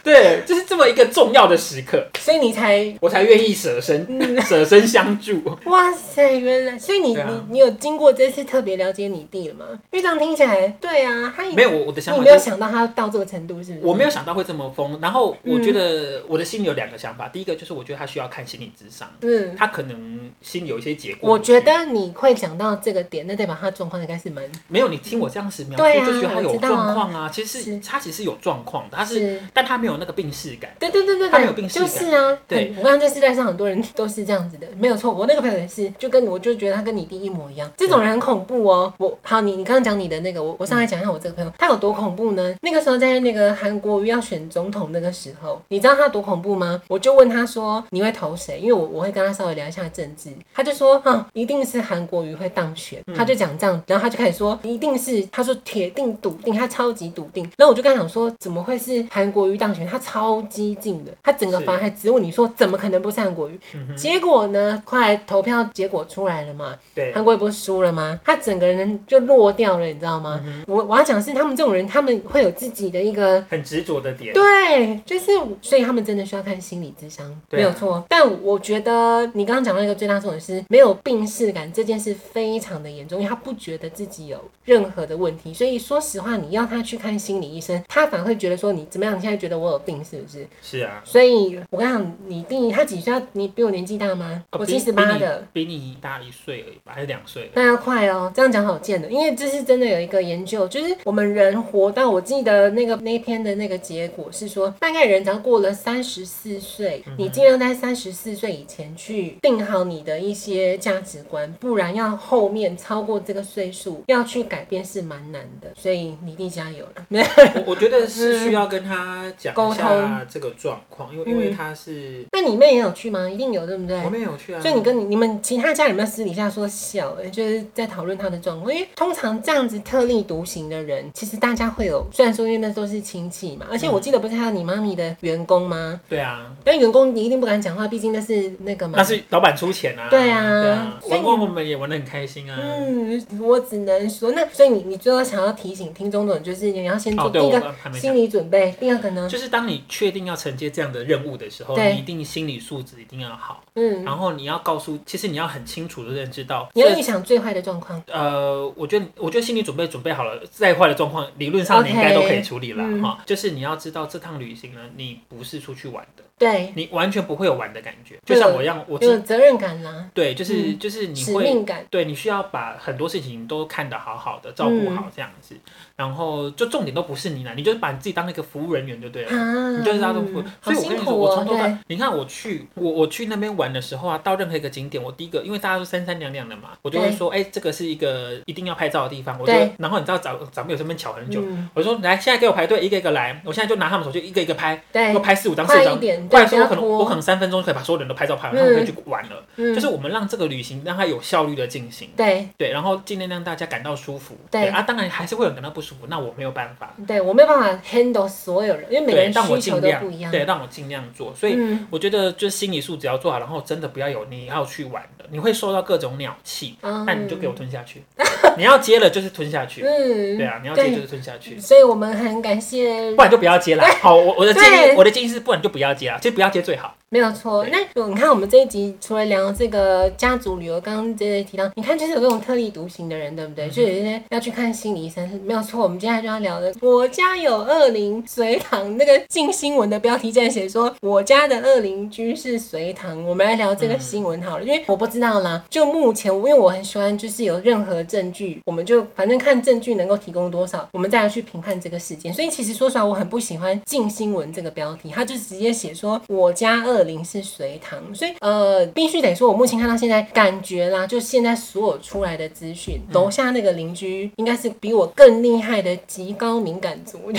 Speaker 2: 对，就是这么一个重要的时刻，
Speaker 1: 所以你才，
Speaker 2: 我才愿意舍身
Speaker 1: 嗯，
Speaker 2: 舍身 相助。
Speaker 1: 哇塞，原来，所以你
Speaker 2: 对啊
Speaker 1: 你你有经过这次特别了解你弟了吗？因为这样听起来，对啊，他也
Speaker 2: 没有，我我的想
Speaker 1: 你
Speaker 2: 法
Speaker 1: 没有
Speaker 2: 就是。
Speaker 1: 想到他到这个程度，是不是？
Speaker 2: 我没有想到会这么疯，然后我觉
Speaker 1: 嗯
Speaker 2: 得我的心里有两个想法，第一个就是我觉得他需要看心理智商，
Speaker 1: 嗯。
Speaker 2: 他可能心里有一些结果。
Speaker 1: 我觉得你会讲到这个点，那代表他状况应该是蛮
Speaker 2: 没有，你听我这样子描
Speaker 1: 对
Speaker 2: 述，
Speaker 1: 啊
Speaker 2: 就觉得他有
Speaker 1: 我知道啊
Speaker 2: 状况啊。其实是
Speaker 1: 是
Speaker 2: 他其实有状况的，他是，
Speaker 1: 是
Speaker 2: 但他没有那个病逝感。
Speaker 1: 对对对对
Speaker 2: 他没有
Speaker 1: 对，
Speaker 2: 病逝
Speaker 1: 就
Speaker 2: 感
Speaker 1: 是啊，
Speaker 2: 对
Speaker 1: 很我刚刚在世代上很多人都是这样子的，没有错。我那个朋友也是，就跟我就觉得他跟你弟一模一样，这种人很恐怖哦。我好，你你刚刚讲你的那个，我我上来讲一下我这个朋友，他有多恐怖呢？那个时候在那个韩国瑜要选总统那个时候，你知道他多恐怖吗？我就问他说你会投谁？因为我我会跟他稍微聊一下政治，他就说哈、一定是韩国瑜会当选，
Speaker 2: 嗯
Speaker 1: 他就讲这样，然后他就开始说一定是，他说铁定笃定，他超级笃定。然后我就跟他讲说怎么会是韩国瑜当选？他超激进的，他整个
Speaker 2: 是
Speaker 1: 反而还质问哎你说怎么可能不是韩国瑜？
Speaker 2: 嗯
Speaker 1: 结果呢，后来投票结果出来了嘛，
Speaker 2: 对
Speaker 1: 韩国瑜不是输了吗？他整个人就落掉了，你知道吗？
Speaker 2: 嗯
Speaker 1: 我我要讲的是他们这种人，他们会有自己的一个
Speaker 2: 很执着的点。
Speaker 1: 对，就是所以他们真的需要看心理智商，
Speaker 2: 对啊
Speaker 1: 没有错。但我觉得得你刚刚讲到一个最大重点是没有病视感这件事非常的严重，因为他不觉得自己有任何的问题，所以说实话，你要他去看心理医生，他反而会觉得说你怎么样？你现在觉得我有病是不是？
Speaker 2: 是啊，
Speaker 1: 所以我跟你讲，你定义他几岁啊？你比我年纪大吗？
Speaker 2: 呃
Speaker 1: 我
Speaker 2: 比
Speaker 1: 七十八
Speaker 2: 比你
Speaker 1: 的。
Speaker 2: 比你大一岁而已吧，还是两岁而已？
Speaker 1: 那要快哦，这样讲好贱的，因为这是真的有一个研究，就是我们人活到我记得那个那一篇的那个结果是说，大概人只要过了三十四岁，
Speaker 2: 嗯
Speaker 1: 你尽量在三十四岁以前去定好你的一些价值观，不然要后面超过这个岁数要去改变是蛮难的，所以你一定加油了。
Speaker 2: 我我觉得是需要跟他讲
Speaker 1: 沟
Speaker 2: 一
Speaker 1: 通
Speaker 2: 下这个状况，因为因为
Speaker 1: 嗯
Speaker 2: 他是
Speaker 1: 那你妹也有去吗？一定有，对不对？
Speaker 2: 我没有去啊，
Speaker 1: 所以你跟你你们其他家人有没有私底下说笑、欸？就是在讨论他的状况，因为通常这样子特立独行的人，其实大家会有，虽然说因为那都是亲戚嘛，而
Speaker 2: 嗯
Speaker 1: 且我记得不是还有你妈咪的员工吗？
Speaker 2: 对啊，
Speaker 1: 但员工你一定不敢讲话，毕竟那是那个嘛。
Speaker 2: 那是老板出钱啊，
Speaker 1: 对啊
Speaker 2: 对啊，
Speaker 1: 所以
Speaker 2: 玩
Speaker 1: 你
Speaker 2: 过我们也玩的很开心啊。
Speaker 1: 嗯，我只能说，那所以你你最后想要提醒听众们，就是你要先做
Speaker 2: 哦，对，
Speaker 1: 第一
Speaker 2: 我
Speaker 1: 个
Speaker 2: 们还没
Speaker 1: 心
Speaker 2: 讲。
Speaker 1: 理准备，第二个呢，
Speaker 2: 就是当你确定要承接这样的任务的时候，
Speaker 1: 对
Speaker 2: 你一定心理素质一定要好，
Speaker 1: 嗯，
Speaker 2: 然后你要告诉，其实你要很清楚的认知到，
Speaker 1: 你要
Speaker 2: 这
Speaker 1: 预想最坏的状况。
Speaker 2: 呃，我觉得我觉得心理准备准备好了，再坏的状况理论上
Speaker 1: OK，
Speaker 2: 你应该都可以处理了哈、
Speaker 1: 嗯
Speaker 2: 就是你要知道这趟旅行呢，你不是出去玩的，
Speaker 1: 对，
Speaker 2: 你完全不会有玩的感觉，
Speaker 1: 对
Speaker 2: 就像我一样，我
Speaker 1: 有
Speaker 2: 知
Speaker 1: 责任感啦，
Speaker 2: 对，就是、就是你
Speaker 1: 使
Speaker 2: 会
Speaker 1: 命感，
Speaker 2: 对你需要把很多事情都看得好好的，照顾
Speaker 1: 嗯
Speaker 2: 好这样子，然后就重点都不是你啦，你就是把你自己当那个服务人员就对了。
Speaker 1: 啊
Speaker 2: 你就是大东服务，
Speaker 1: 好
Speaker 2: 所以我跟
Speaker 1: 辛
Speaker 2: 你说，
Speaker 1: 苦
Speaker 2: 我从
Speaker 1: 哦，
Speaker 2: 头到
Speaker 1: 对，
Speaker 2: 你看我去我我去那边玩的时候啊，到任何一个景点，我第一个因为大家都三三两两的嘛，我就会
Speaker 1: 对
Speaker 2: 说，哎、这个是一个一定要拍照的地方，我就
Speaker 1: 对
Speaker 2: 然后你知道咱咱们有这边巧很久，
Speaker 1: 嗯。
Speaker 2: 我说来现在给我排队，一个一个来，我现在就拿他们手机一个一个拍，
Speaker 1: 对
Speaker 2: 我，拍四五张四
Speaker 1: 哎快
Speaker 2: 五
Speaker 1: 一
Speaker 2: 张。
Speaker 1: 点，
Speaker 2: 不
Speaker 1: 对，
Speaker 2: 然
Speaker 1: 不
Speaker 2: 说我
Speaker 1: 要
Speaker 2: 可能我可
Speaker 1: 拖，
Speaker 2: 能三分钟就可以把所有人都拍照拍
Speaker 1: 嗯
Speaker 2: 完，然后我就去玩了。
Speaker 1: 就
Speaker 2: 就是我们让这个旅行让它有效率的进行，
Speaker 1: 对
Speaker 2: 对，然后尽量让大家感到舒服。
Speaker 1: 对
Speaker 2: 啊，当然还是会有人感到不舒服，那我没有办法。
Speaker 1: 对，我没有办法 handle 所有人，因为每个
Speaker 2: 对，
Speaker 1: 人
Speaker 2: 但我
Speaker 1: 需求
Speaker 2: 尽
Speaker 1: 都
Speaker 2: 量
Speaker 1: 不一样。
Speaker 2: 对，让我尽量做。所以
Speaker 1: 嗯，
Speaker 2: 我觉得就是心理素质要做好，然后真的不要有你要去玩的，你会受到各种鸟气，那
Speaker 1: 嗯，
Speaker 2: 你就给我吞下去， 你要接了就是吞下去，
Speaker 1: 嗯，
Speaker 2: 对啊，你要接就是吞下去，
Speaker 1: 所以我们很感谢
Speaker 2: 不，然就不要接了。好，我我的建
Speaker 1: 对
Speaker 2: 议我的建议是，不然就不要接了，其实不要接最好。
Speaker 1: 没有错。
Speaker 2: 对
Speaker 1: 那我你看我们这一集除了聊这个家族旅游，刚刚这些提到，你看就是有这种特立独行的人，对不
Speaker 2: 嗯
Speaker 1: 对？就有一些要去看心理医生，没有错。我们接下来就要聊的，我家有恶邻隋唐那个近新闻的标题竟然写说我家的恶邻居是隋唐，我们来聊
Speaker 2: 嗯
Speaker 1: 这个新闻好了，因为我不知道啦。就目前，因为我很喜欢，就是有任何证据，我们就反正看证据能够提供多少，我们再来去评判这个事件。所以其实说实话，我很不喜欢“近新闻”这个标题，它就直接写说我家二零是隋唐，所以呃，必须得说，我目前看到现在感觉啦，就现在所有出来的资讯，楼下那个邻居应该是比我更厉害的极高敏感族，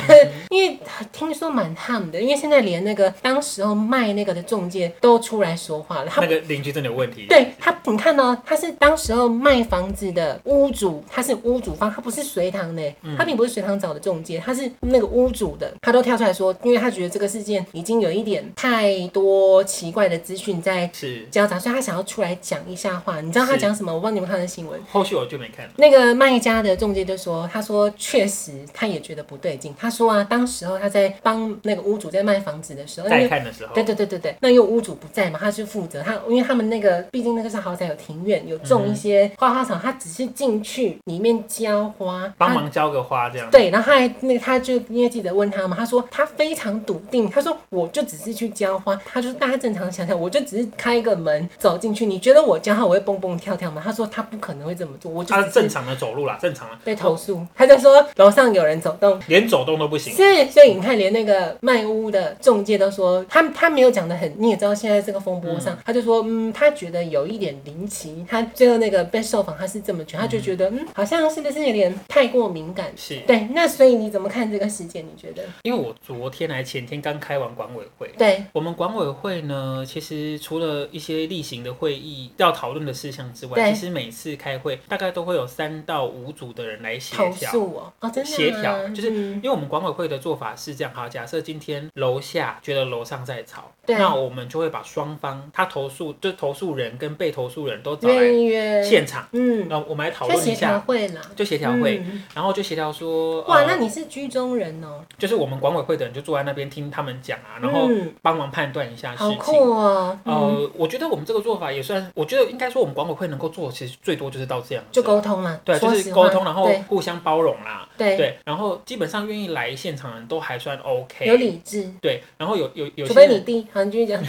Speaker 1: 因为听说蛮ham 的，因为现在连那个当时候卖那个的中介都出来说话了，他
Speaker 2: 那个邻居真的有问题，
Speaker 1: 对他，你看哦，他是当时候卖房子的屋主，他是屋主方，他不是隋唐的，他并不是隋唐找的中介，他是那个屋主的，他都跳出来说，因为他觉得这个事件已经有一点太多奇怪的资讯在
Speaker 2: 是
Speaker 1: 交杂，所以他想要出来讲一下话。你知道他
Speaker 2: 是
Speaker 1: 讲什么？我帮你们看的新闻。
Speaker 2: 后续我就没看了。
Speaker 1: 那个卖家的中介就说，他说确实他也觉得不对劲。他说啊，当时候他在帮那个屋主在卖房子的时候，因为
Speaker 2: 再看的时候
Speaker 1: 嗯对，对对对对，那因为屋主不在嘛，他是负责他，因为他们那个毕竟那个是豪宅，有庭院，有种一些花花草，他只是进去里面浇花，
Speaker 2: 帮
Speaker 1: 他。
Speaker 2: 忙浇个花这样。
Speaker 1: 对，然后他还那个他就因为记者问他嘛，他说他非常笃定，他说我就只是去浇花，他就大家正常想想，我就只是开个门走进去，你觉得我浇花我会蹦蹦跳跳吗？他说他不可能会这么做，我就
Speaker 2: 他
Speaker 1: 只
Speaker 2: 正
Speaker 1: 是
Speaker 2: 常的走路啦，正常的，啊
Speaker 1: 被投诉，他就说楼上有人走动，
Speaker 2: 连走动都不行。
Speaker 1: 是，所以你看，连那个卖屋的中介都说，他他没有讲的很，你也知道现在这个风波上，他就说，嗯，他觉得有一点离奇。他最后那个被受访，他是这么觉得，他就觉得，嗯，好像是不是有点太过敏感？
Speaker 2: 是
Speaker 1: 对，那所以你怎么看这个事件？你觉得？
Speaker 2: 因为我昨天还前天刚开完管委会，
Speaker 1: 对，
Speaker 2: 我们管委会呢，其实除了一些例行的会议要讨论的事项之
Speaker 1: 对
Speaker 2: 外，其实每次开会大概都会有三到五组的人来协
Speaker 1: 投
Speaker 2: 调。
Speaker 1: 诉哦，哦，真的吗
Speaker 2: 协调就是
Speaker 1: 嗯
Speaker 2: 因为我们管委会的做法是这讲，好，假设今天楼下觉得楼上在吵，
Speaker 1: 对
Speaker 2: 那我们就会把双方他投诉，就投诉人跟被投诉人都找
Speaker 1: 愿
Speaker 2: 来
Speaker 1: 意约，
Speaker 2: 现场，
Speaker 1: 嗯，
Speaker 2: 那我们来讨
Speaker 1: 就
Speaker 2: 论一
Speaker 1: 协调
Speaker 2: 下，
Speaker 1: 会啦，
Speaker 2: 就协调会，
Speaker 1: 嗯
Speaker 2: 然后就协调说，
Speaker 1: 哇，
Speaker 2: 呃
Speaker 1: 那你是居中人哦，
Speaker 2: 就是我们管委会的人就坐在那边听他们讲啊，然后
Speaker 1: 嗯
Speaker 2: 帮忙判断一下事
Speaker 1: 好
Speaker 2: 情。
Speaker 1: 酷哦，嗯，
Speaker 2: 呃，我觉得我们这个做法也算，我觉得应该说我们管委会能够做，其实最多就是到这样子，
Speaker 1: 就沟通啦，
Speaker 2: 对，就
Speaker 1: 说
Speaker 2: 是
Speaker 1: 实
Speaker 2: 沟
Speaker 1: 话
Speaker 2: 通，然后
Speaker 1: 对
Speaker 2: 互相包容啦，
Speaker 1: 对，
Speaker 2: 对，然后基本上愿意来现场的人都还算 OK，
Speaker 1: 有理智，
Speaker 2: 对，然后有有有
Speaker 1: 除
Speaker 2: 些
Speaker 1: 非你
Speaker 2: 人，
Speaker 1: 弟，好，你继续讲，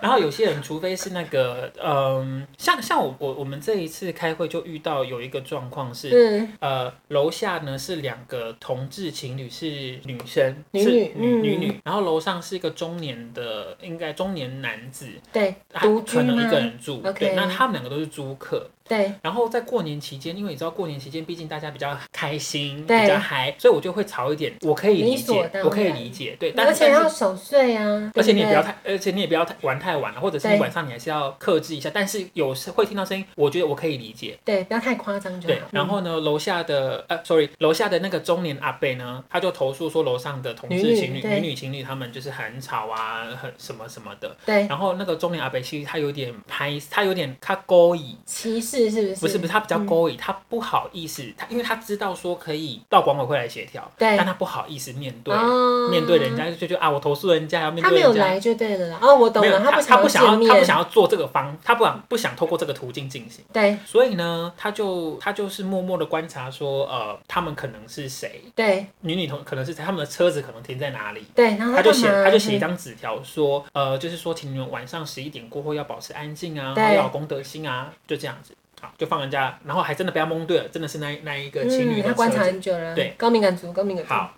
Speaker 2: 然后有些人，除非是那个，嗯，像像我我我们这一次开会就遇到有一个状况是，
Speaker 1: 嗯，
Speaker 2: 呃，楼下呢是两个同志情侣是女生，
Speaker 1: 女
Speaker 2: 是
Speaker 1: 女
Speaker 2: 女女
Speaker 1: 嗯
Speaker 2: 女，然后楼上是一个中年的，应该中年男子，
Speaker 1: 对，
Speaker 2: 他
Speaker 1: 独居
Speaker 2: 可能一个
Speaker 1: 吗？
Speaker 2: 人住，
Speaker 1: OK
Speaker 2: 对，那他们两个都是租客，
Speaker 1: 对，
Speaker 2: 然后在过年期间，因为你知道过年期间，毕竟大家比较开心，
Speaker 1: 对
Speaker 2: 比较嗨，所以我就会吵一点。我可以理
Speaker 1: 理所
Speaker 2: 解
Speaker 1: 当，然
Speaker 2: 我可以理解，对。但
Speaker 1: 而且
Speaker 2: 但
Speaker 1: 要
Speaker 2: 是
Speaker 1: 守岁啊，
Speaker 2: 而且你也不要
Speaker 1: 对
Speaker 2: 太，而且你也不要太玩太晚了，啊或者是你
Speaker 1: 对
Speaker 2: 晚上你还是要克制一下。但是有时会听到声音，我觉得我可以理解。
Speaker 1: 对对，不要太夸张就
Speaker 2: 对
Speaker 1: 好，，
Speaker 2: 然
Speaker 1: 嗯
Speaker 2: 后呢，楼下的呃，sorry，楼下的那个中年阿伯呢，他就投诉说楼上的同
Speaker 1: 女
Speaker 2: 志
Speaker 1: 女
Speaker 2: 情侣、
Speaker 1: 对
Speaker 2: 女女情侣他们就是很吵啊，很什么什么的。
Speaker 1: 对
Speaker 2: 然后那个中年阿伯其实他有点拍，他有点他勾引，
Speaker 1: 歧视是不是？
Speaker 2: 不是不是，他比较
Speaker 1: 嗯
Speaker 2: 勾引，他不好意思，他因为他知道说可以到管委会来协调，
Speaker 1: 对
Speaker 2: 但他不好意思面对、
Speaker 1: 哦
Speaker 2: 面对人家，就觉得啊，我投诉人家，要面
Speaker 1: 他
Speaker 2: 对
Speaker 1: 没有
Speaker 2: 人家。
Speaker 1: 来就对了啦。哦，我懂
Speaker 2: 没有
Speaker 1: 了，
Speaker 2: 他
Speaker 1: 不
Speaker 2: 不
Speaker 1: 见
Speaker 2: 想要，
Speaker 1: 面，
Speaker 2: 他不想要做这个方，他不想不想透过这个途径进行，
Speaker 1: 对
Speaker 2: 所以呢，他就他就是默默的观察说，呃，他们可能是谁，
Speaker 1: 对
Speaker 2: 女女同可能是谁，他们的车子可能停在哪里，
Speaker 1: 对，然后
Speaker 2: 他就写
Speaker 1: 干嘛
Speaker 2: 他就写一张纸条说，呃，就是说，请你们晚上十一点过后要保持安静啊，
Speaker 1: 对
Speaker 2: 然后要有公德心啊，就这样子。好，就放人家，然后还真的被他蒙对了，真的是那那一个情侣
Speaker 1: 嗯，
Speaker 2: 的
Speaker 1: 他
Speaker 2: 车
Speaker 1: 观察
Speaker 2: 子。
Speaker 1: 很久了，
Speaker 2: 对，
Speaker 1: 高敏感族，高敏感族。
Speaker 2: 好，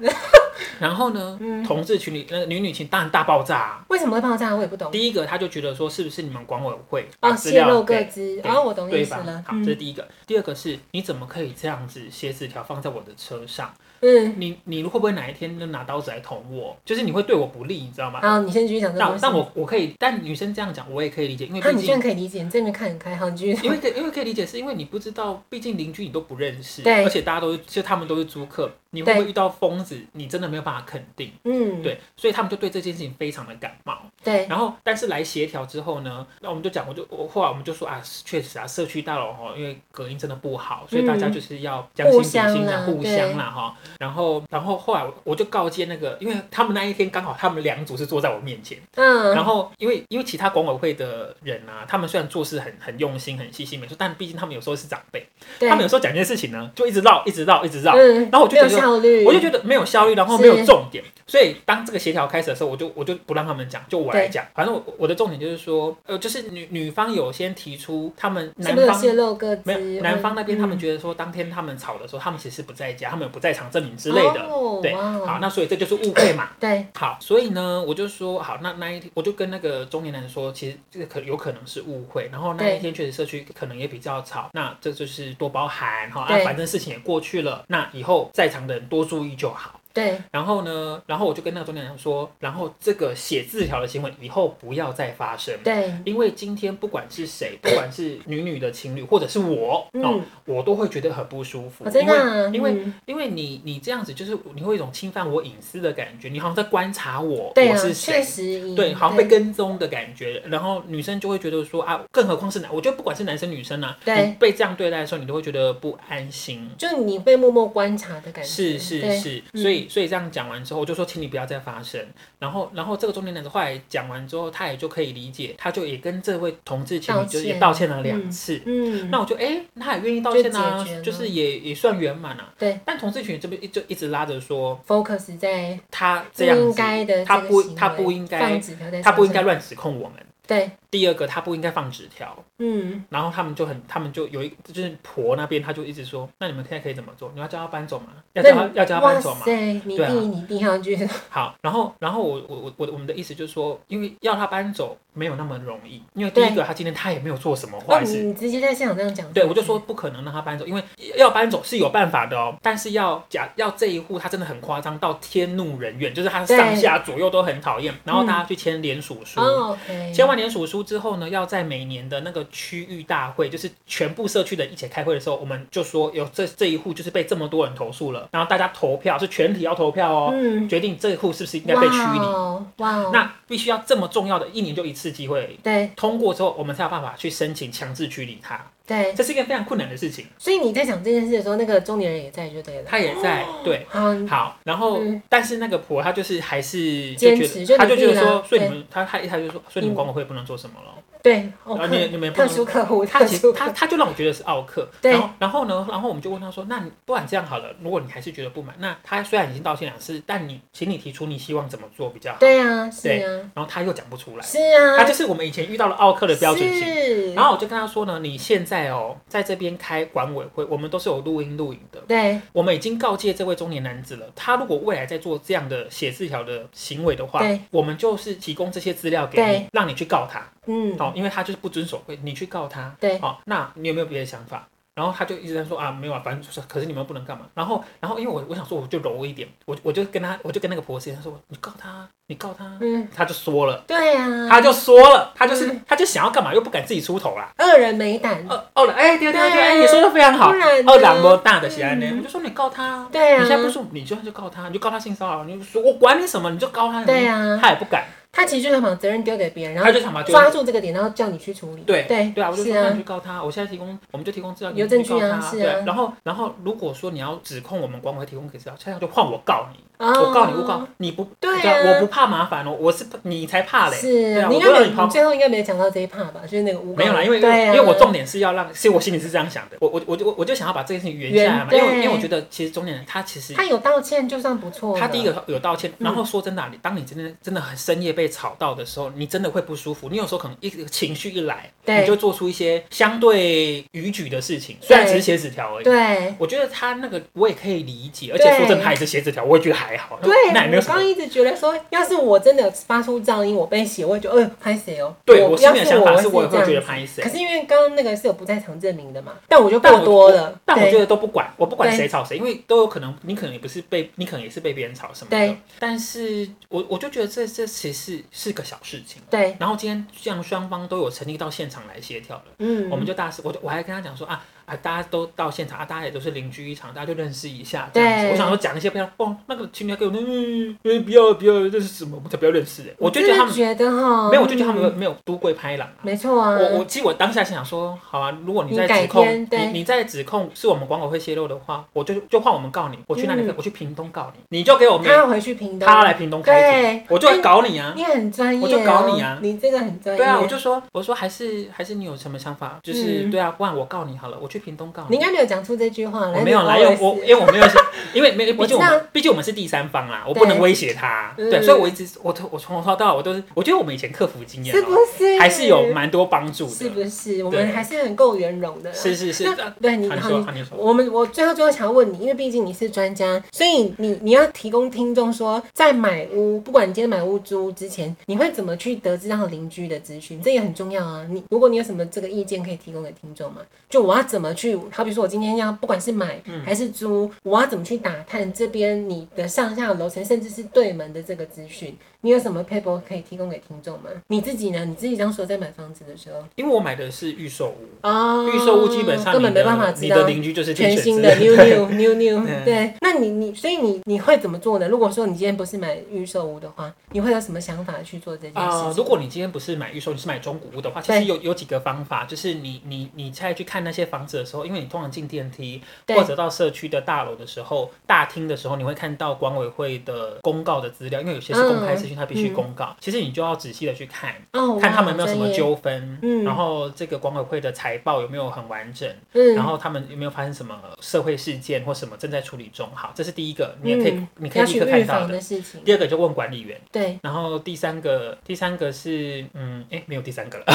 Speaker 2: 然后呢，
Speaker 1: 嗯
Speaker 2: 同志情侣那个女女情当然大爆炸啊、
Speaker 1: 为什么会爆炸？我也不懂。
Speaker 2: 第一个，他就觉得说是不是你们管委会把
Speaker 1: 哦，
Speaker 2: 资
Speaker 1: 泄
Speaker 2: 料
Speaker 1: 露各
Speaker 2: 给
Speaker 1: 自，
Speaker 2: 对
Speaker 1: 哦，我懂
Speaker 2: 对
Speaker 1: 意思
Speaker 2: 方？
Speaker 1: 了。
Speaker 2: 好，这是
Speaker 1: 嗯
Speaker 2: 第一个。第二个是，你怎么可以这样子写纸条放在我的车上？
Speaker 1: 嗯，
Speaker 2: 你你会不会哪一天就拿刀子来捅我？就是你会对我不利，你知道吗？
Speaker 1: 好，你先继续讲这个
Speaker 2: 但
Speaker 1: 故事。
Speaker 2: 但我我可以，但女生这样讲我也可以理解，因为
Speaker 1: 啊，
Speaker 2: 毕
Speaker 1: 你居然可
Speaker 2: 竟
Speaker 1: 以理解，你真的看很开，好，你继续。
Speaker 2: 因为可以因为可以理解，是因为你不知道，毕竟邻居你都不认识，
Speaker 1: 对
Speaker 2: 而且大家都是就他们都是租客，你会不会遇到疯子，你真的没有办法肯定，
Speaker 1: 嗯，
Speaker 2: 对，所以他们就对这件事情非常的感冒。
Speaker 1: 对
Speaker 2: 然后但是来协调之后呢，那我们就讲，我就我后来我们就说啊，确实啊，社区大楼哈，因为隔音真的不好，所以大家
Speaker 1: 嗯
Speaker 2: 就是要将心比
Speaker 1: 互相
Speaker 2: 心
Speaker 1: 啦
Speaker 2: 啊，互
Speaker 1: 对
Speaker 2: 相啦哈。然后然后后来我我就告诫那个，因为他们那一天刚好他们两组是坐在我面前。然
Speaker 1: 嗯，
Speaker 2: 后，因为因为其他管委会的人啊，他们虽然做事很很用心、很细心没错，但毕竟他们有时候是长辈，
Speaker 1: 对
Speaker 2: 他们，有时候讲一件事情呢，就一直绕、一直绕、一直绕，
Speaker 1: 嗯，
Speaker 2: 然后我就
Speaker 1: 没有
Speaker 2: 觉得
Speaker 1: 效率，
Speaker 2: 我就觉得没有效率，然后
Speaker 1: 是
Speaker 2: 没有重点。所以当这个协调开始的时候，我就我就不让他们讲，就我来讲。反正我我的重点就是说，呃，就是女女方有先提出他们
Speaker 1: 是
Speaker 2: 男
Speaker 1: 不是有
Speaker 2: 方。
Speaker 1: 泄露各自？
Speaker 2: 没有，男方那边他们
Speaker 1: 嗯
Speaker 2: 觉得说，当天他们吵的时候，他们其实不在家，他们有不在场证明之类的。
Speaker 1: 哦
Speaker 2: 对
Speaker 1: 哇哦
Speaker 2: 好，那所以这就是误会嘛。
Speaker 1: 对
Speaker 2: 好，所以呢，我就说好，那那一天我就跟那个中年男人说，其实这个可有可能是误会，然后那
Speaker 1: 对
Speaker 2: 一天确实社区可能也比较吵，那这就是多包涵哈，啊，
Speaker 1: 对
Speaker 2: 反正事情也过去了，那以后在场的人多注意就好。
Speaker 1: 对，
Speaker 2: 然后呢，然后我就跟那个中年男人说，然后这个写字条的行为以后不要再发生。
Speaker 1: 对，
Speaker 2: 因为今天不管是谁，不管是女女的情侣，或者是我、哦
Speaker 1: 嗯，
Speaker 2: 我都会觉得很不舒服。
Speaker 1: 我真的啊，
Speaker 2: 因为因为
Speaker 1: 嗯
Speaker 2: 因为你你这样子就是你会有一种侵犯我隐私的感觉，你好像在观察我，
Speaker 1: 对
Speaker 2: 我
Speaker 1: 啊，
Speaker 2: 是
Speaker 1: 确
Speaker 2: 谁。
Speaker 1: 实，
Speaker 2: 对，好像被，跟踪的感觉，然后女生就会觉得说啊，更何况是男，我觉得不管是男生女生啊，
Speaker 1: 对
Speaker 2: 你被这样对待的时候，你都会觉得不安心。
Speaker 1: 就你被默默观察的感觉，
Speaker 2: 是是
Speaker 1: 对，
Speaker 2: 是，
Speaker 1: 嗯
Speaker 2: 所以所以这样讲完之后，我就说，请你不要再发生。然后然后这个中年男子后来讲完之后，他也就可以理解，他就也跟这位同志情
Speaker 1: 道
Speaker 2: 侣就是也
Speaker 1: 歉
Speaker 2: 道歉了两
Speaker 1: 嗯
Speaker 2: 次。
Speaker 1: 嗯，
Speaker 2: 那我就哎、那他也愿意道歉
Speaker 1: 就
Speaker 2: 啊
Speaker 1: 解决，了
Speaker 2: 就是也也算圆满啊。
Speaker 1: 对，
Speaker 2: 但同志群这边一就一直拉着说
Speaker 1: focus 在
Speaker 2: 他
Speaker 1: 不
Speaker 2: 这样
Speaker 1: 应
Speaker 2: 子，
Speaker 1: 该的这个
Speaker 2: 他不
Speaker 1: 行为
Speaker 2: 他不应该
Speaker 1: 放指条在
Speaker 2: 他不应
Speaker 1: 上
Speaker 2: 该
Speaker 1: 面
Speaker 2: 乱指控我们。
Speaker 1: 对，
Speaker 2: 第二个，他不应该放纸条。
Speaker 1: 嗯，
Speaker 2: 然后他们就很，他们就有一就是婆那边，他就一直说，那你们现在可以怎么做？你要叫他搬走吗？要叫
Speaker 1: 那
Speaker 2: 他
Speaker 1: 你
Speaker 2: 要叫他搬走吗
Speaker 1: 哇？塞，你弟
Speaker 2: 对啊
Speaker 1: 你弟好像觉得
Speaker 2: 好，然后然后我我我我我们的意思就是说，因为要他搬走没有那么容易，因为第一个他今天他也没有做什么
Speaker 1: 哦，
Speaker 2: 坏
Speaker 1: 你
Speaker 2: 事。
Speaker 1: 你直接在现场这样讲，
Speaker 2: 对，我就说不可能让他搬走，因为要搬走是有办法的哦，但是要假要这一户他真的很夸张到天怒人怨，就是他
Speaker 1: 对
Speaker 2: 上
Speaker 1: 嗯
Speaker 2: 下左右都很讨厌，然后大家去签联署书，
Speaker 1: 哦，OK，
Speaker 2: 签完联署书出之后呢，要在每年的那个区域大会，就是全部社区的人一起开会的时候，我们就说有这这一户就是被这么多人投诉了，然后大家投票是全体要投票哦，
Speaker 1: 嗯，
Speaker 2: 决定这一户是不是应该被驱
Speaker 1: 哇
Speaker 2: 离。
Speaker 1: 哦，哇哦，
Speaker 2: 那必须要这么重要的一年就一次机会
Speaker 1: 对
Speaker 2: 通过之后，我们才有办法去申请强制驱离他，
Speaker 1: 对，
Speaker 2: 这是一个非常困难的事情。
Speaker 1: 所以你在讲这件事的时候，那个中年人也在就对了。
Speaker 2: 他也在对。
Speaker 1: 好，
Speaker 2: 好，然后、
Speaker 1: 哦嗯
Speaker 2: 但是那个婆她就是还是
Speaker 1: 坚
Speaker 2: 就
Speaker 1: 持
Speaker 2: 觉
Speaker 1: 就你
Speaker 2: 得，她就觉
Speaker 1: 定
Speaker 2: 得
Speaker 1: 了
Speaker 2: 说，所以
Speaker 1: 对
Speaker 2: 你们她她她就说，所以你们管委会不能做什么了。
Speaker 1: 对，哦
Speaker 2: 然后你也你们也不
Speaker 1: 特
Speaker 2: 能
Speaker 1: 殊客户，
Speaker 2: 她
Speaker 1: 特
Speaker 2: 其实
Speaker 1: 殊
Speaker 2: 她
Speaker 1: 客户，
Speaker 2: 她就让我觉得是奥克，
Speaker 1: 对
Speaker 2: 然后然后呢，然后我们就问她说，那你不然这样好了，如果你还是觉得不满，那她虽然已经道歉两次，但你请你提出你希望怎么做比较好。
Speaker 1: 对啊，是啊，
Speaker 2: 然后她又讲不出来，
Speaker 1: 是啊，
Speaker 2: 她就是我们以前遇到了奥克的标准性。
Speaker 1: 是，
Speaker 2: 然后我就跟她说呢，你现在哦，在这边开管委会，我们都是有录音录影的，
Speaker 1: 对
Speaker 2: 我们已经告诫这位中年男子了，他如果未来在做这样的写字条的行为的话
Speaker 1: 对，
Speaker 2: 我们就是提供这些资料给
Speaker 1: 对
Speaker 2: 你，让你去告他。
Speaker 1: 嗯，
Speaker 2: 哦，因为他就是不遵守规，你去告他。
Speaker 1: 对
Speaker 2: 哦，那你有没有别的想法？然后他就一直在说啊，没有啊，反正就是，可是你们不能干嘛。然后，然后因为我我想说，我就柔一点，我我就跟他，我就跟那个婆媳他说，你告他，你告他，
Speaker 1: 嗯，
Speaker 2: 他就说了，
Speaker 1: 对啊，
Speaker 2: 他就说了，他就是、
Speaker 1: 嗯
Speaker 2: 他就想要干嘛，又不敢自己出头啦。
Speaker 1: 恶人没胆，
Speaker 2: 哦哦了，哎，对对
Speaker 1: 对
Speaker 2: 对，
Speaker 1: 啊
Speaker 2: 哎，你说的非常好
Speaker 1: 不。然呢
Speaker 2: 二两么大的喜安呢，
Speaker 1: 嗯
Speaker 2: 我就说你告他啊，
Speaker 1: 对啊
Speaker 2: 你现在不说，你就就告他，你就告他性骚扰，你就说我管你什么，你就告他，
Speaker 1: 对啊
Speaker 2: 他也不敢，
Speaker 1: 他其实就想把责任丢给别人，然
Speaker 2: 他
Speaker 1: 后
Speaker 2: 就想把就
Speaker 1: 抓住这个点，然后叫你去处理，
Speaker 2: 对
Speaker 1: 对
Speaker 2: 对啊，我就是说那你
Speaker 1: 啊
Speaker 2: 去，告他，我现在提供，我们就提供资料，
Speaker 1: 有
Speaker 2: 你去
Speaker 1: 证据啊
Speaker 2: 告他
Speaker 1: 是啊
Speaker 2: 对，然后然后如果说你要指控我们管委会提供给资料，现在就换我告你，
Speaker 1: 哦
Speaker 2: 我告你，我告你不，
Speaker 1: 对啊
Speaker 2: 我不怕麻烦哦，我是你才怕嘞，
Speaker 1: 是
Speaker 2: 对啊，
Speaker 1: 你应
Speaker 2: 我
Speaker 1: 该没
Speaker 2: 不让你
Speaker 1: 有，
Speaker 2: 跑
Speaker 1: 你。最后应该没有讲到这一 part 吧？就是那个诬告
Speaker 2: 没有啦，因为因
Speaker 1: 对
Speaker 2: 为
Speaker 1: 啊，
Speaker 2: 因为我重点是要让，其实我心里是这样想的，我我我就我就想要把这件事情圆下来嘛，因
Speaker 1: 圆
Speaker 2: 为
Speaker 1: 对
Speaker 2: 因为我觉得其实中年人他其实
Speaker 1: 他有道歉就算不错了，
Speaker 2: 他第一个有道歉，
Speaker 1: 嗯
Speaker 2: 然后说真的啊、你当你真的真的很深夜被吵到的时候，你真的会不舒服。你有时候可能一个情绪一来，
Speaker 1: 对
Speaker 2: 你就做出一些相对逾矩的事情，虽然只是写纸条而已。
Speaker 1: 对。
Speaker 2: 我觉得他那个我也可以理解，而且说真的，他也是写纸条，我也觉得还好。
Speaker 1: 对，
Speaker 2: 那也没有
Speaker 1: 我
Speaker 2: 什
Speaker 1: 刚
Speaker 2: 么
Speaker 1: 刚。一直觉得说，要是我真的有发出噪音，我被写，我会觉得，呃，拍谁哦？
Speaker 2: 对
Speaker 1: 我
Speaker 2: 我心里的想法是，
Speaker 1: 我
Speaker 2: 我
Speaker 1: 要
Speaker 2: 也
Speaker 1: 是这
Speaker 2: 会
Speaker 1: 样
Speaker 2: 觉得
Speaker 1: 子
Speaker 2: 拍欸谁
Speaker 1: 可。是因为刚刚那个是有不在场证明的嘛，但我就
Speaker 2: 但
Speaker 1: 过
Speaker 2: 我
Speaker 1: 多了。
Speaker 2: 但我
Speaker 1: 对
Speaker 2: 觉得都不管，我不管
Speaker 1: 对
Speaker 2: 谁吵谁，因为都有可能，你可能也不是被，你可能也是被别人吵什么的
Speaker 1: 对。
Speaker 2: 但是我我就觉得这这其实是是个小事情。
Speaker 1: 对，
Speaker 2: 然后今天这样双方都有成立到现场来协调了，
Speaker 1: 嗯，
Speaker 2: 我们就大事，我就我还跟他讲说啊啊，大家都到现场啊，大家也都是邻居一场，大家就认识一下这样子。
Speaker 1: 对
Speaker 2: 我想说讲一些不要哦，那个情侣给我嗯，嗯不要不要，这是什么？我才不要认识欸我就觉得他们
Speaker 1: 真的觉得哈，
Speaker 2: 没有，我就觉得他们没有
Speaker 1: 嗯
Speaker 2: 没有都贵拍狼啊。
Speaker 1: 没错啊，
Speaker 2: 我我其实我当下心想说，好啊，如果你在
Speaker 1: 你改
Speaker 2: 指控
Speaker 1: 天
Speaker 2: 你
Speaker 1: 对
Speaker 2: 你在指控是我们管委会泄露的话，我就就换我们告你，我去哪里？
Speaker 1: 嗯
Speaker 2: 我去屏东告你，你就给我
Speaker 1: 他
Speaker 2: 们
Speaker 1: 要回去屏东，
Speaker 2: 他来屏东开庭
Speaker 1: 对，哎
Speaker 2: 我就会搞你啊。
Speaker 1: 你很专业、哦，
Speaker 2: 我就搞你啊
Speaker 1: 你这个很专业，
Speaker 2: 对啊，我就说，我说还是还是你有什么想法？就是、
Speaker 1: 嗯
Speaker 2: 对啊，不然我告你好了，我去屏东告
Speaker 1: 你
Speaker 2: 你。
Speaker 1: 应该没有讲出这句话来，
Speaker 2: 我没有啦，
Speaker 1: 来
Speaker 2: 因为我因为我没有想，因为没有，
Speaker 1: 我
Speaker 2: 毕
Speaker 1: 知
Speaker 2: 竟
Speaker 1: 道
Speaker 2: 我们毕竟我们是第三方啦，我
Speaker 1: 对
Speaker 2: 不能威胁他。
Speaker 1: 嗯
Speaker 2: 对，所以我一直我从我从头到尾我都是，我觉得我们以前客服经验
Speaker 1: 是
Speaker 2: 哦、
Speaker 1: 不是
Speaker 2: 还是有蛮多帮助的。
Speaker 1: 是不是？我们
Speaker 2: 对
Speaker 1: 还是很够圆融的啦，
Speaker 2: 是是是
Speaker 1: 那
Speaker 2: 啊
Speaker 1: 对你
Speaker 2: 啊你
Speaker 1: 好
Speaker 2: 说
Speaker 1: 你
Speaker 2: 啊你说
Speaker 1: 我们我最后最后想要问你，因为毕竟你是专家，所以你你要提供听众说，在买屋，不管你今天买屋租之前，你会怎么去得知到邻居的资讯？这也很重要啊。你如果你有什么这个意见可以提供给听众嘛，就我要怎么去，好比说我今天要不管是买还是租，我要怎么去打探这边你的上下楼层，甚至是对门的这个资讯，你有什么 paper 可以提供给听众吗？你自己呢？你自己当时在买房子的时候。
Speaker 2: 因为我买的是预售屋，
Speaker 1: 哦，
Speaker 2: 预售屋基本上
Speaker 1: 根本
Speaker 2: 你的
Speaker 1: 没办法知
Speaker 2: 你
Speaker 1: 道啊
Speaker 2: 的邻居就是天
Speaker 1: 全
Speaker 2: 选
Speaker 1: 新
Speaker 2: 之
Speaker 1: 的
Speaker 2: 人
Speaker 1: new new new new
Speaker 2: 嗯
Speaker 1: 对，那你你所以你你会怎么做呢？如果说你今天不是买预售屋的话，你会有什么想法去做这件
Speaker 2: 啊、
Speaker 1: 事情？
Speaker 2: 如果你今天不是买预售，你是买中古屋的话，其
Speaker 1: 对
Speaker 2: 实有有几个方法，就是你你你在去看那些房子的时候，因为你通常进电梯
Speaker 1: 对
Speaker 2: 或者到社区的大楼的时候，大厅的时候，你会看到管委会的公告的资料，因为有些是公开资讯，它必须公告。其实你就要仔细的去看，
Speaker 1: 嗯哦
Speaker 2: 看他们有没有什么，
Speaker 1: 哇
Speaker 2: 纠纷，
Speaker 1: 嗯
Speaker 2: 然后这个管委会的财报有没有很完整，
Speaker 1: 好专业嗯，
Speaker 2: 然后他们有没有发生什么社会事件或什么正在处理中。好，这是第一个，你也可以、
Speaker 1: 嗯
Speaker 2: 你可以
Speaker 1: 要
Speaker 2: 立刻
Speaker 1: 去预
Speaker 2: 看到
Speaker 1: 防
Speaker 2: 的。
Speaker 1: 的事情，
Speaker 2: 第二个就问管理员。
Speaker 1: 对，
Speaker 2: 然后第三个，第三个是，嗯，哎，没有第三个了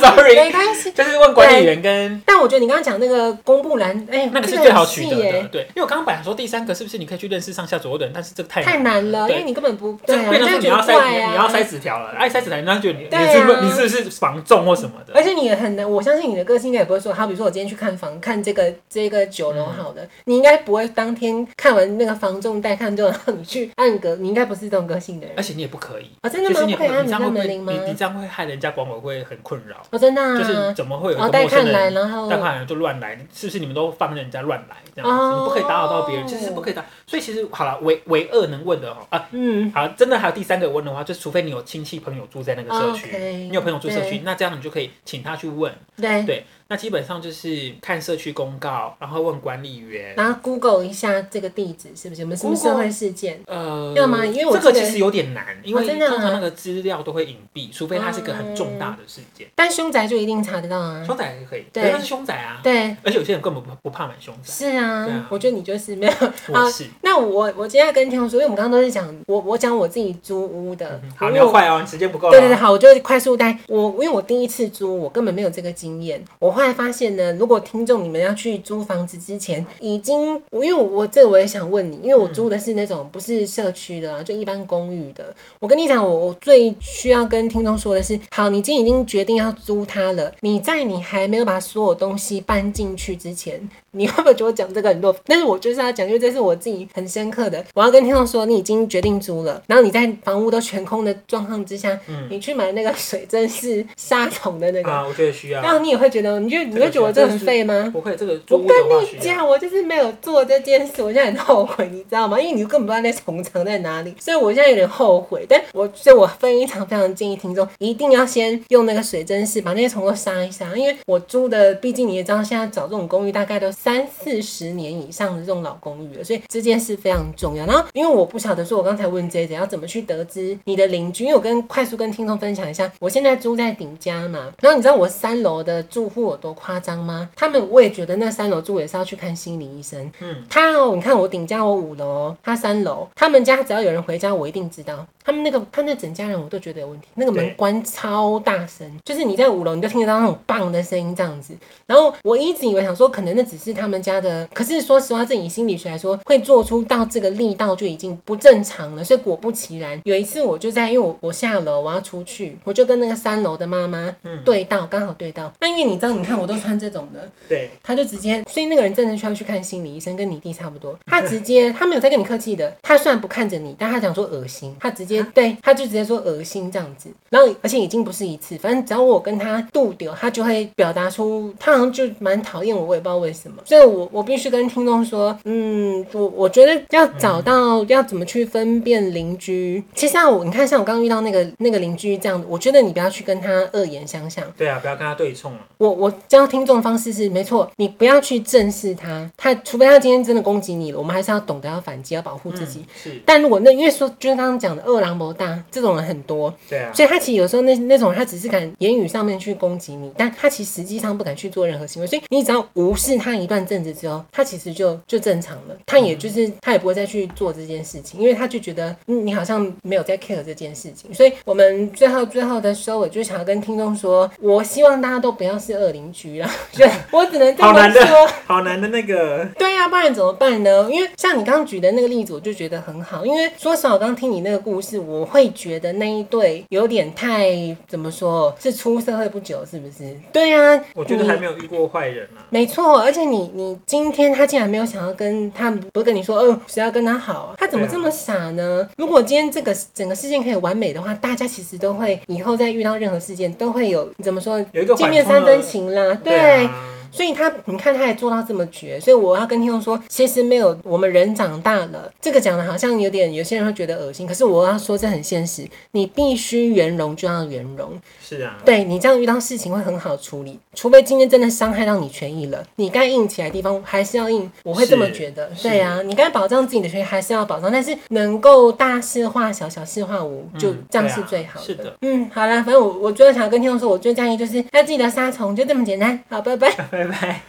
Speaker 2: ，sorry，
Speaker 1: 没关系。
Speaker 2: 就是问管理员跟
Speaker 1: 但我觉得你刚刚讲那个公布栏，哎、
Speaker 2: 那个是
Speaker 1: 这
Speaker 2: 最好
Speaker 1: 很
Speaker 2: 取
Speaker 1: 细
Speaker 2: 得
Speaker 1: 耶
Speaker 2: 的，对。因为我刚刚本来想说第三个是不是你可以去认识上下左右的人，但是这个太
Speaker 1: 太
Speaker 2: 难。
Speaker 1: 难了，因
Speaker 2: 哎对
Speaker 1: 为你根本不对
Speaker 2: 这
Speaker 1: 啊，
Speaker 2: 变
Speaker 1: 就会
Speaker 2: 成说你
Speaker 1: 觉
Speaker 2: 要
Speaker 1: 得怪
Speaker 2: 塞
Speaker 1: 啊，
Speaker 2: 你要塞纸条了，爱塞纸条，那就你
Speaker 1: 对
Speaker 2: 你
Speaker 1: 啊
Speaker 2: 是不你是不是防重或什么的？
Speaker 1: 而且你也很难，我相信你的个性应该也不会说，好，比如说我今天去看房，看这个这个九楼好
Speaker 2: 嗯
Speaker 1: 的，你应该不会当天看完那个房仲带看中，然后你去按格，你应该不是这种个性的人
Speaker 2: 而。且你也不可以，
Speaker 1: 哦，真的
Speaker 2: 就
Speaker 1: 吗？
Speaker 2: 是你
Speaker 1: 不
Speaker 2: 也
Speaker 1: 可以
Speaker 2: 不
Speaker 1: 按
Speaker 2: 你
Speaker 1: 你
Speaker 2: 这样
Speaker 1: 的
Speaker 2: 会
Speaker 1: 门
Speaker 2: 被
Speaker 1: 铃吗
Speaker 2: 你？你这样会害人家管委会很困扰，
Speaker 1: 哦，真的、啊，
Speaker 2: 就是怎么会有一
Speaker 1: 然后
Speaker 2: 个
Speaker 1: 带
Speaker 2: 陌生
Speaker 1: 看来，
Speaker 2: 人
Speaker 1: 然后
Speaker 2: 贷款人就乱来，是不是你们都放任人家乱来这样子？
Speaker 1: 哦
Speaker 2: 你不可以打扰到别人，其实是不可以打。所以其实好了，唯唯二能问的哦啊，
Speaker 1: 嗯
Speaker 2: 好，真的还有第三个问的话，就是除非你有亲戚朋友住在那个社区，
Speaker 1: 哦，OK，
Speaker 2: 你有朋友住社区
Speaker 1: 对，
Speaker 2: 那这样你就可以请他去问。
Speaker 1: 对，
Speaker 2: 对，那基本上就是看社区公告，然后问管理员。
Speaker 1: 然后 Google 一下这个地址是不是有没有什么社会事件？
Speaker 2: 呃，
Speaker 1: 要吗因为我
Speaker 2: 这个
Speaker 1: 记得
Speaker 2: 其实有点难，因为
Speaker 1: 哦真
Speaker 2: 通
Speaker 1: 的啊
Speaker 2: 常那个资料都会隐蔽，除非它是一个很重大的事件。
Speaker 1: 但凶宅就一定查得到啊。
Speaker 2: 凶宅也可以，
Speaker 1: 对
Speaker 2: 可是它是凶宅啊，
Speaker 1: 对，
Speaker 2: 而且有些人根本不不怕买凶宅，
Speaker 1: 是啊，
Speaker 2: 对啊
Speaker 1: 我觉得你就是没有。
Speaker 2: 我是。
Speaker 1: 那我我今天要跟听众说，因为我们刚刚都是讲我我讲我自己租屋的，
Speaker 2: 嗯好，
Speaker 1: 因
Speaker 2: 你
Speaker 1: 为
Speaker 2: 要
Speaker 1: 我
Speaker 2: 快哦，你时间不够了。
Speaker 1: 对对对，好，我就快速带我，因为我第一次租，我根本没有这个经验。我后来发现呢，如果听众你们要去租房子之前，已经，我因为我我这个我也想问你，因为
Speaker 2: 嗯
Speaker 1: 我租的是那种不是社区的、啊，就一般公寓的。我跟你讲，我我最需要跟听众说的是，好，你今天已经决定要租它了，你在你还没有把所有东西搬进去之前，你会不会觉得我讲这个很弱？但是我就是要讲，因为这是我自己很深刻的。我要跟听众说，你已经决定租了，然后你在房屋都全空的状况之下，你去买那个水蒸式杀虫的那个，
Speaker 2: 嗯啊，我觉得需要。
Speaker 1: 然后你也会觉得，你就你
Speaker 2: 这个
Speaker 1: 会觉得我
Speaker 2: 需要
Speaker 1: 这很废吗？
Speaker 2: 不会，这个
Speaker 1: 我
Speaker 2: 租
Speaker 1: 跟
Speaker 2: 屋的话
Speaker 1: 你
Speaker 2: 需要。
Speaker 1: 讲，我就是没有做这件事，我现在很后悔，你知道吗？因为你根本不知道那虫藏在哪里，所以我现在有点后悔。但我所以，我非常非常建议听众一定要先用那个水蒸式把那些虫都杀一杀，因为我租的，毕竟你也知道，现在找这种公寓大概都三四十年以上的这种老公寓了，所以这件事非常重要。然后，因为我不晓得说，我刚才问 J J 要怎么去得知你的邻居，因为我跟快速跟听众分享一下，我现在租在顶家嘛，然后你知道我三楼的住户有多夸张吗？他们我也觉得那三楼住也是要去看心理医生。嗯，他哦，你看我顶家我五楼哦，他三楼，他们家只要有人回家，我一定知道。他们那个他那整家人我都觉得有问题，那个门
Speaker 2: 对
Speaker 1: 关超大声，就是你在五楼你就听得到那种棒的声音这样子。然后我一直以为想说，可能那只是他们家的，可是说实话，这以心理学来说，会做出到这个力道就已经不正常了。所以果不其然，有一次我就在，因为我我下楼我要出去，我就跟那个三楼的妈妈对到，刚好对到。那因为你知道，你看我都穿这种的，
Speaker 2: 对，
Speaker 1: 他就直接，所以那个人真的需要去看心理医生，跟你弟差不多。他直接，他没有在跟你客气的，他虽然不看着你，但他讲说恶心，他直接对，他就直接说恶心这样子。然后而且已经不是一次，反正只要我跟他度丢，他就会表达出他好像就蛮讨厌我，我也不知道为什么。所以我我必须跟听众说，嗯，我我觉得要找到要怎么去分辨邻居。其实像我，你看像我刚刚遇到那个那个邻居这样，我觉得你不要去跟他恶言相向。
Speaker 2: 对啊，不要跟他对冲了。
Speaker 1: 我我教听众方式是没错，你不要去正视他，他除非他今天真的攻击你了，我们还是要懂得要反击，要保护自己。
Speaker 2: 嗯是，
Speaker 1: 但如果那因为说，就是刚刚讲的饿狼谋大这种人很多，
Speaker 2: 对啊，
Speaker 1: 所以他其实有时候那那种人他只是敢言语上面去攻击你，但他其实实际上不敢去做任何行为，所以你只要无视他一段阵子之后，他其实就就正常了，他
Speaker 2: 嗯
Speaker 1: 也就是他也不会再去做这件事情，因为他就觉得嗯你好像没有在 care 这件事情，所以我们最后最后的收尾就想要跟听众说，我希望大家都不要是恶邻居 啦，就我只能这
Speaker 2: 好
Speaker 1: 么
Speaker 2: 难的
Speaker 1: 说。，
Speaker 2: 好难的那个。
Speaker 1: 对呀、不然怎么办呢？因为像你刚刚举的那个例子，我就觉得很好。因为说实话，我刚听你那个故事，我会觉得那一对有点太怎么说，是出社会不久，是不是？对呀、啊，
Speaker 2: 我觉得还
Speaker 1: 你
Speaker 2: 没有遇过坏人啊。
Speaker 1: 没错，而且你你今天他竟然没有想要跟他，不是跟你说，哦，谁要跟他好啊？他怎么
Speaker 2: 对啊
Speaker 1: 这么傻呢？如果今天这个整个事件可以完美的话，大家其实都会以后再遇到任何事件都会有怎么说，
Speaker 2: 有一个
Speaker 1: 见
Speaker 2: 缓
Speaker 1: 面
Speaker 2: 冲
Speaker 1: 三分
Speaker 2: 的，
Speaker 1: 情啦，
Speaker 2: 对啊。
Speaker 1: 所以他，你看他也做到这么绝，所以我要跟听众说，其实没有我们人长大了，这个讲的好像有点有些人会觉得恶心，可是我要说这很现实，你必须圆融就要圆融，
Speaker 2: 是啊，
Speaker 1: 对你这样遇到事情会很好处理，除非今天真的伤害到你权益了，你该硬起来的地方还是要硬，我会这么觉得，
Speaker 2: 是
Speaker 1: 对啊，你该保障自己的权益还是要保障，但是能够大事化小，小事化无，就这样是最好
Speaker 2: 对啊是的
Speaker 1: 嗯，好啦，反正我我最后想要跟听众说，我最建议就是要记得杀虫，就这么简单，好，拜拜。
Speaker 2: 拜拜。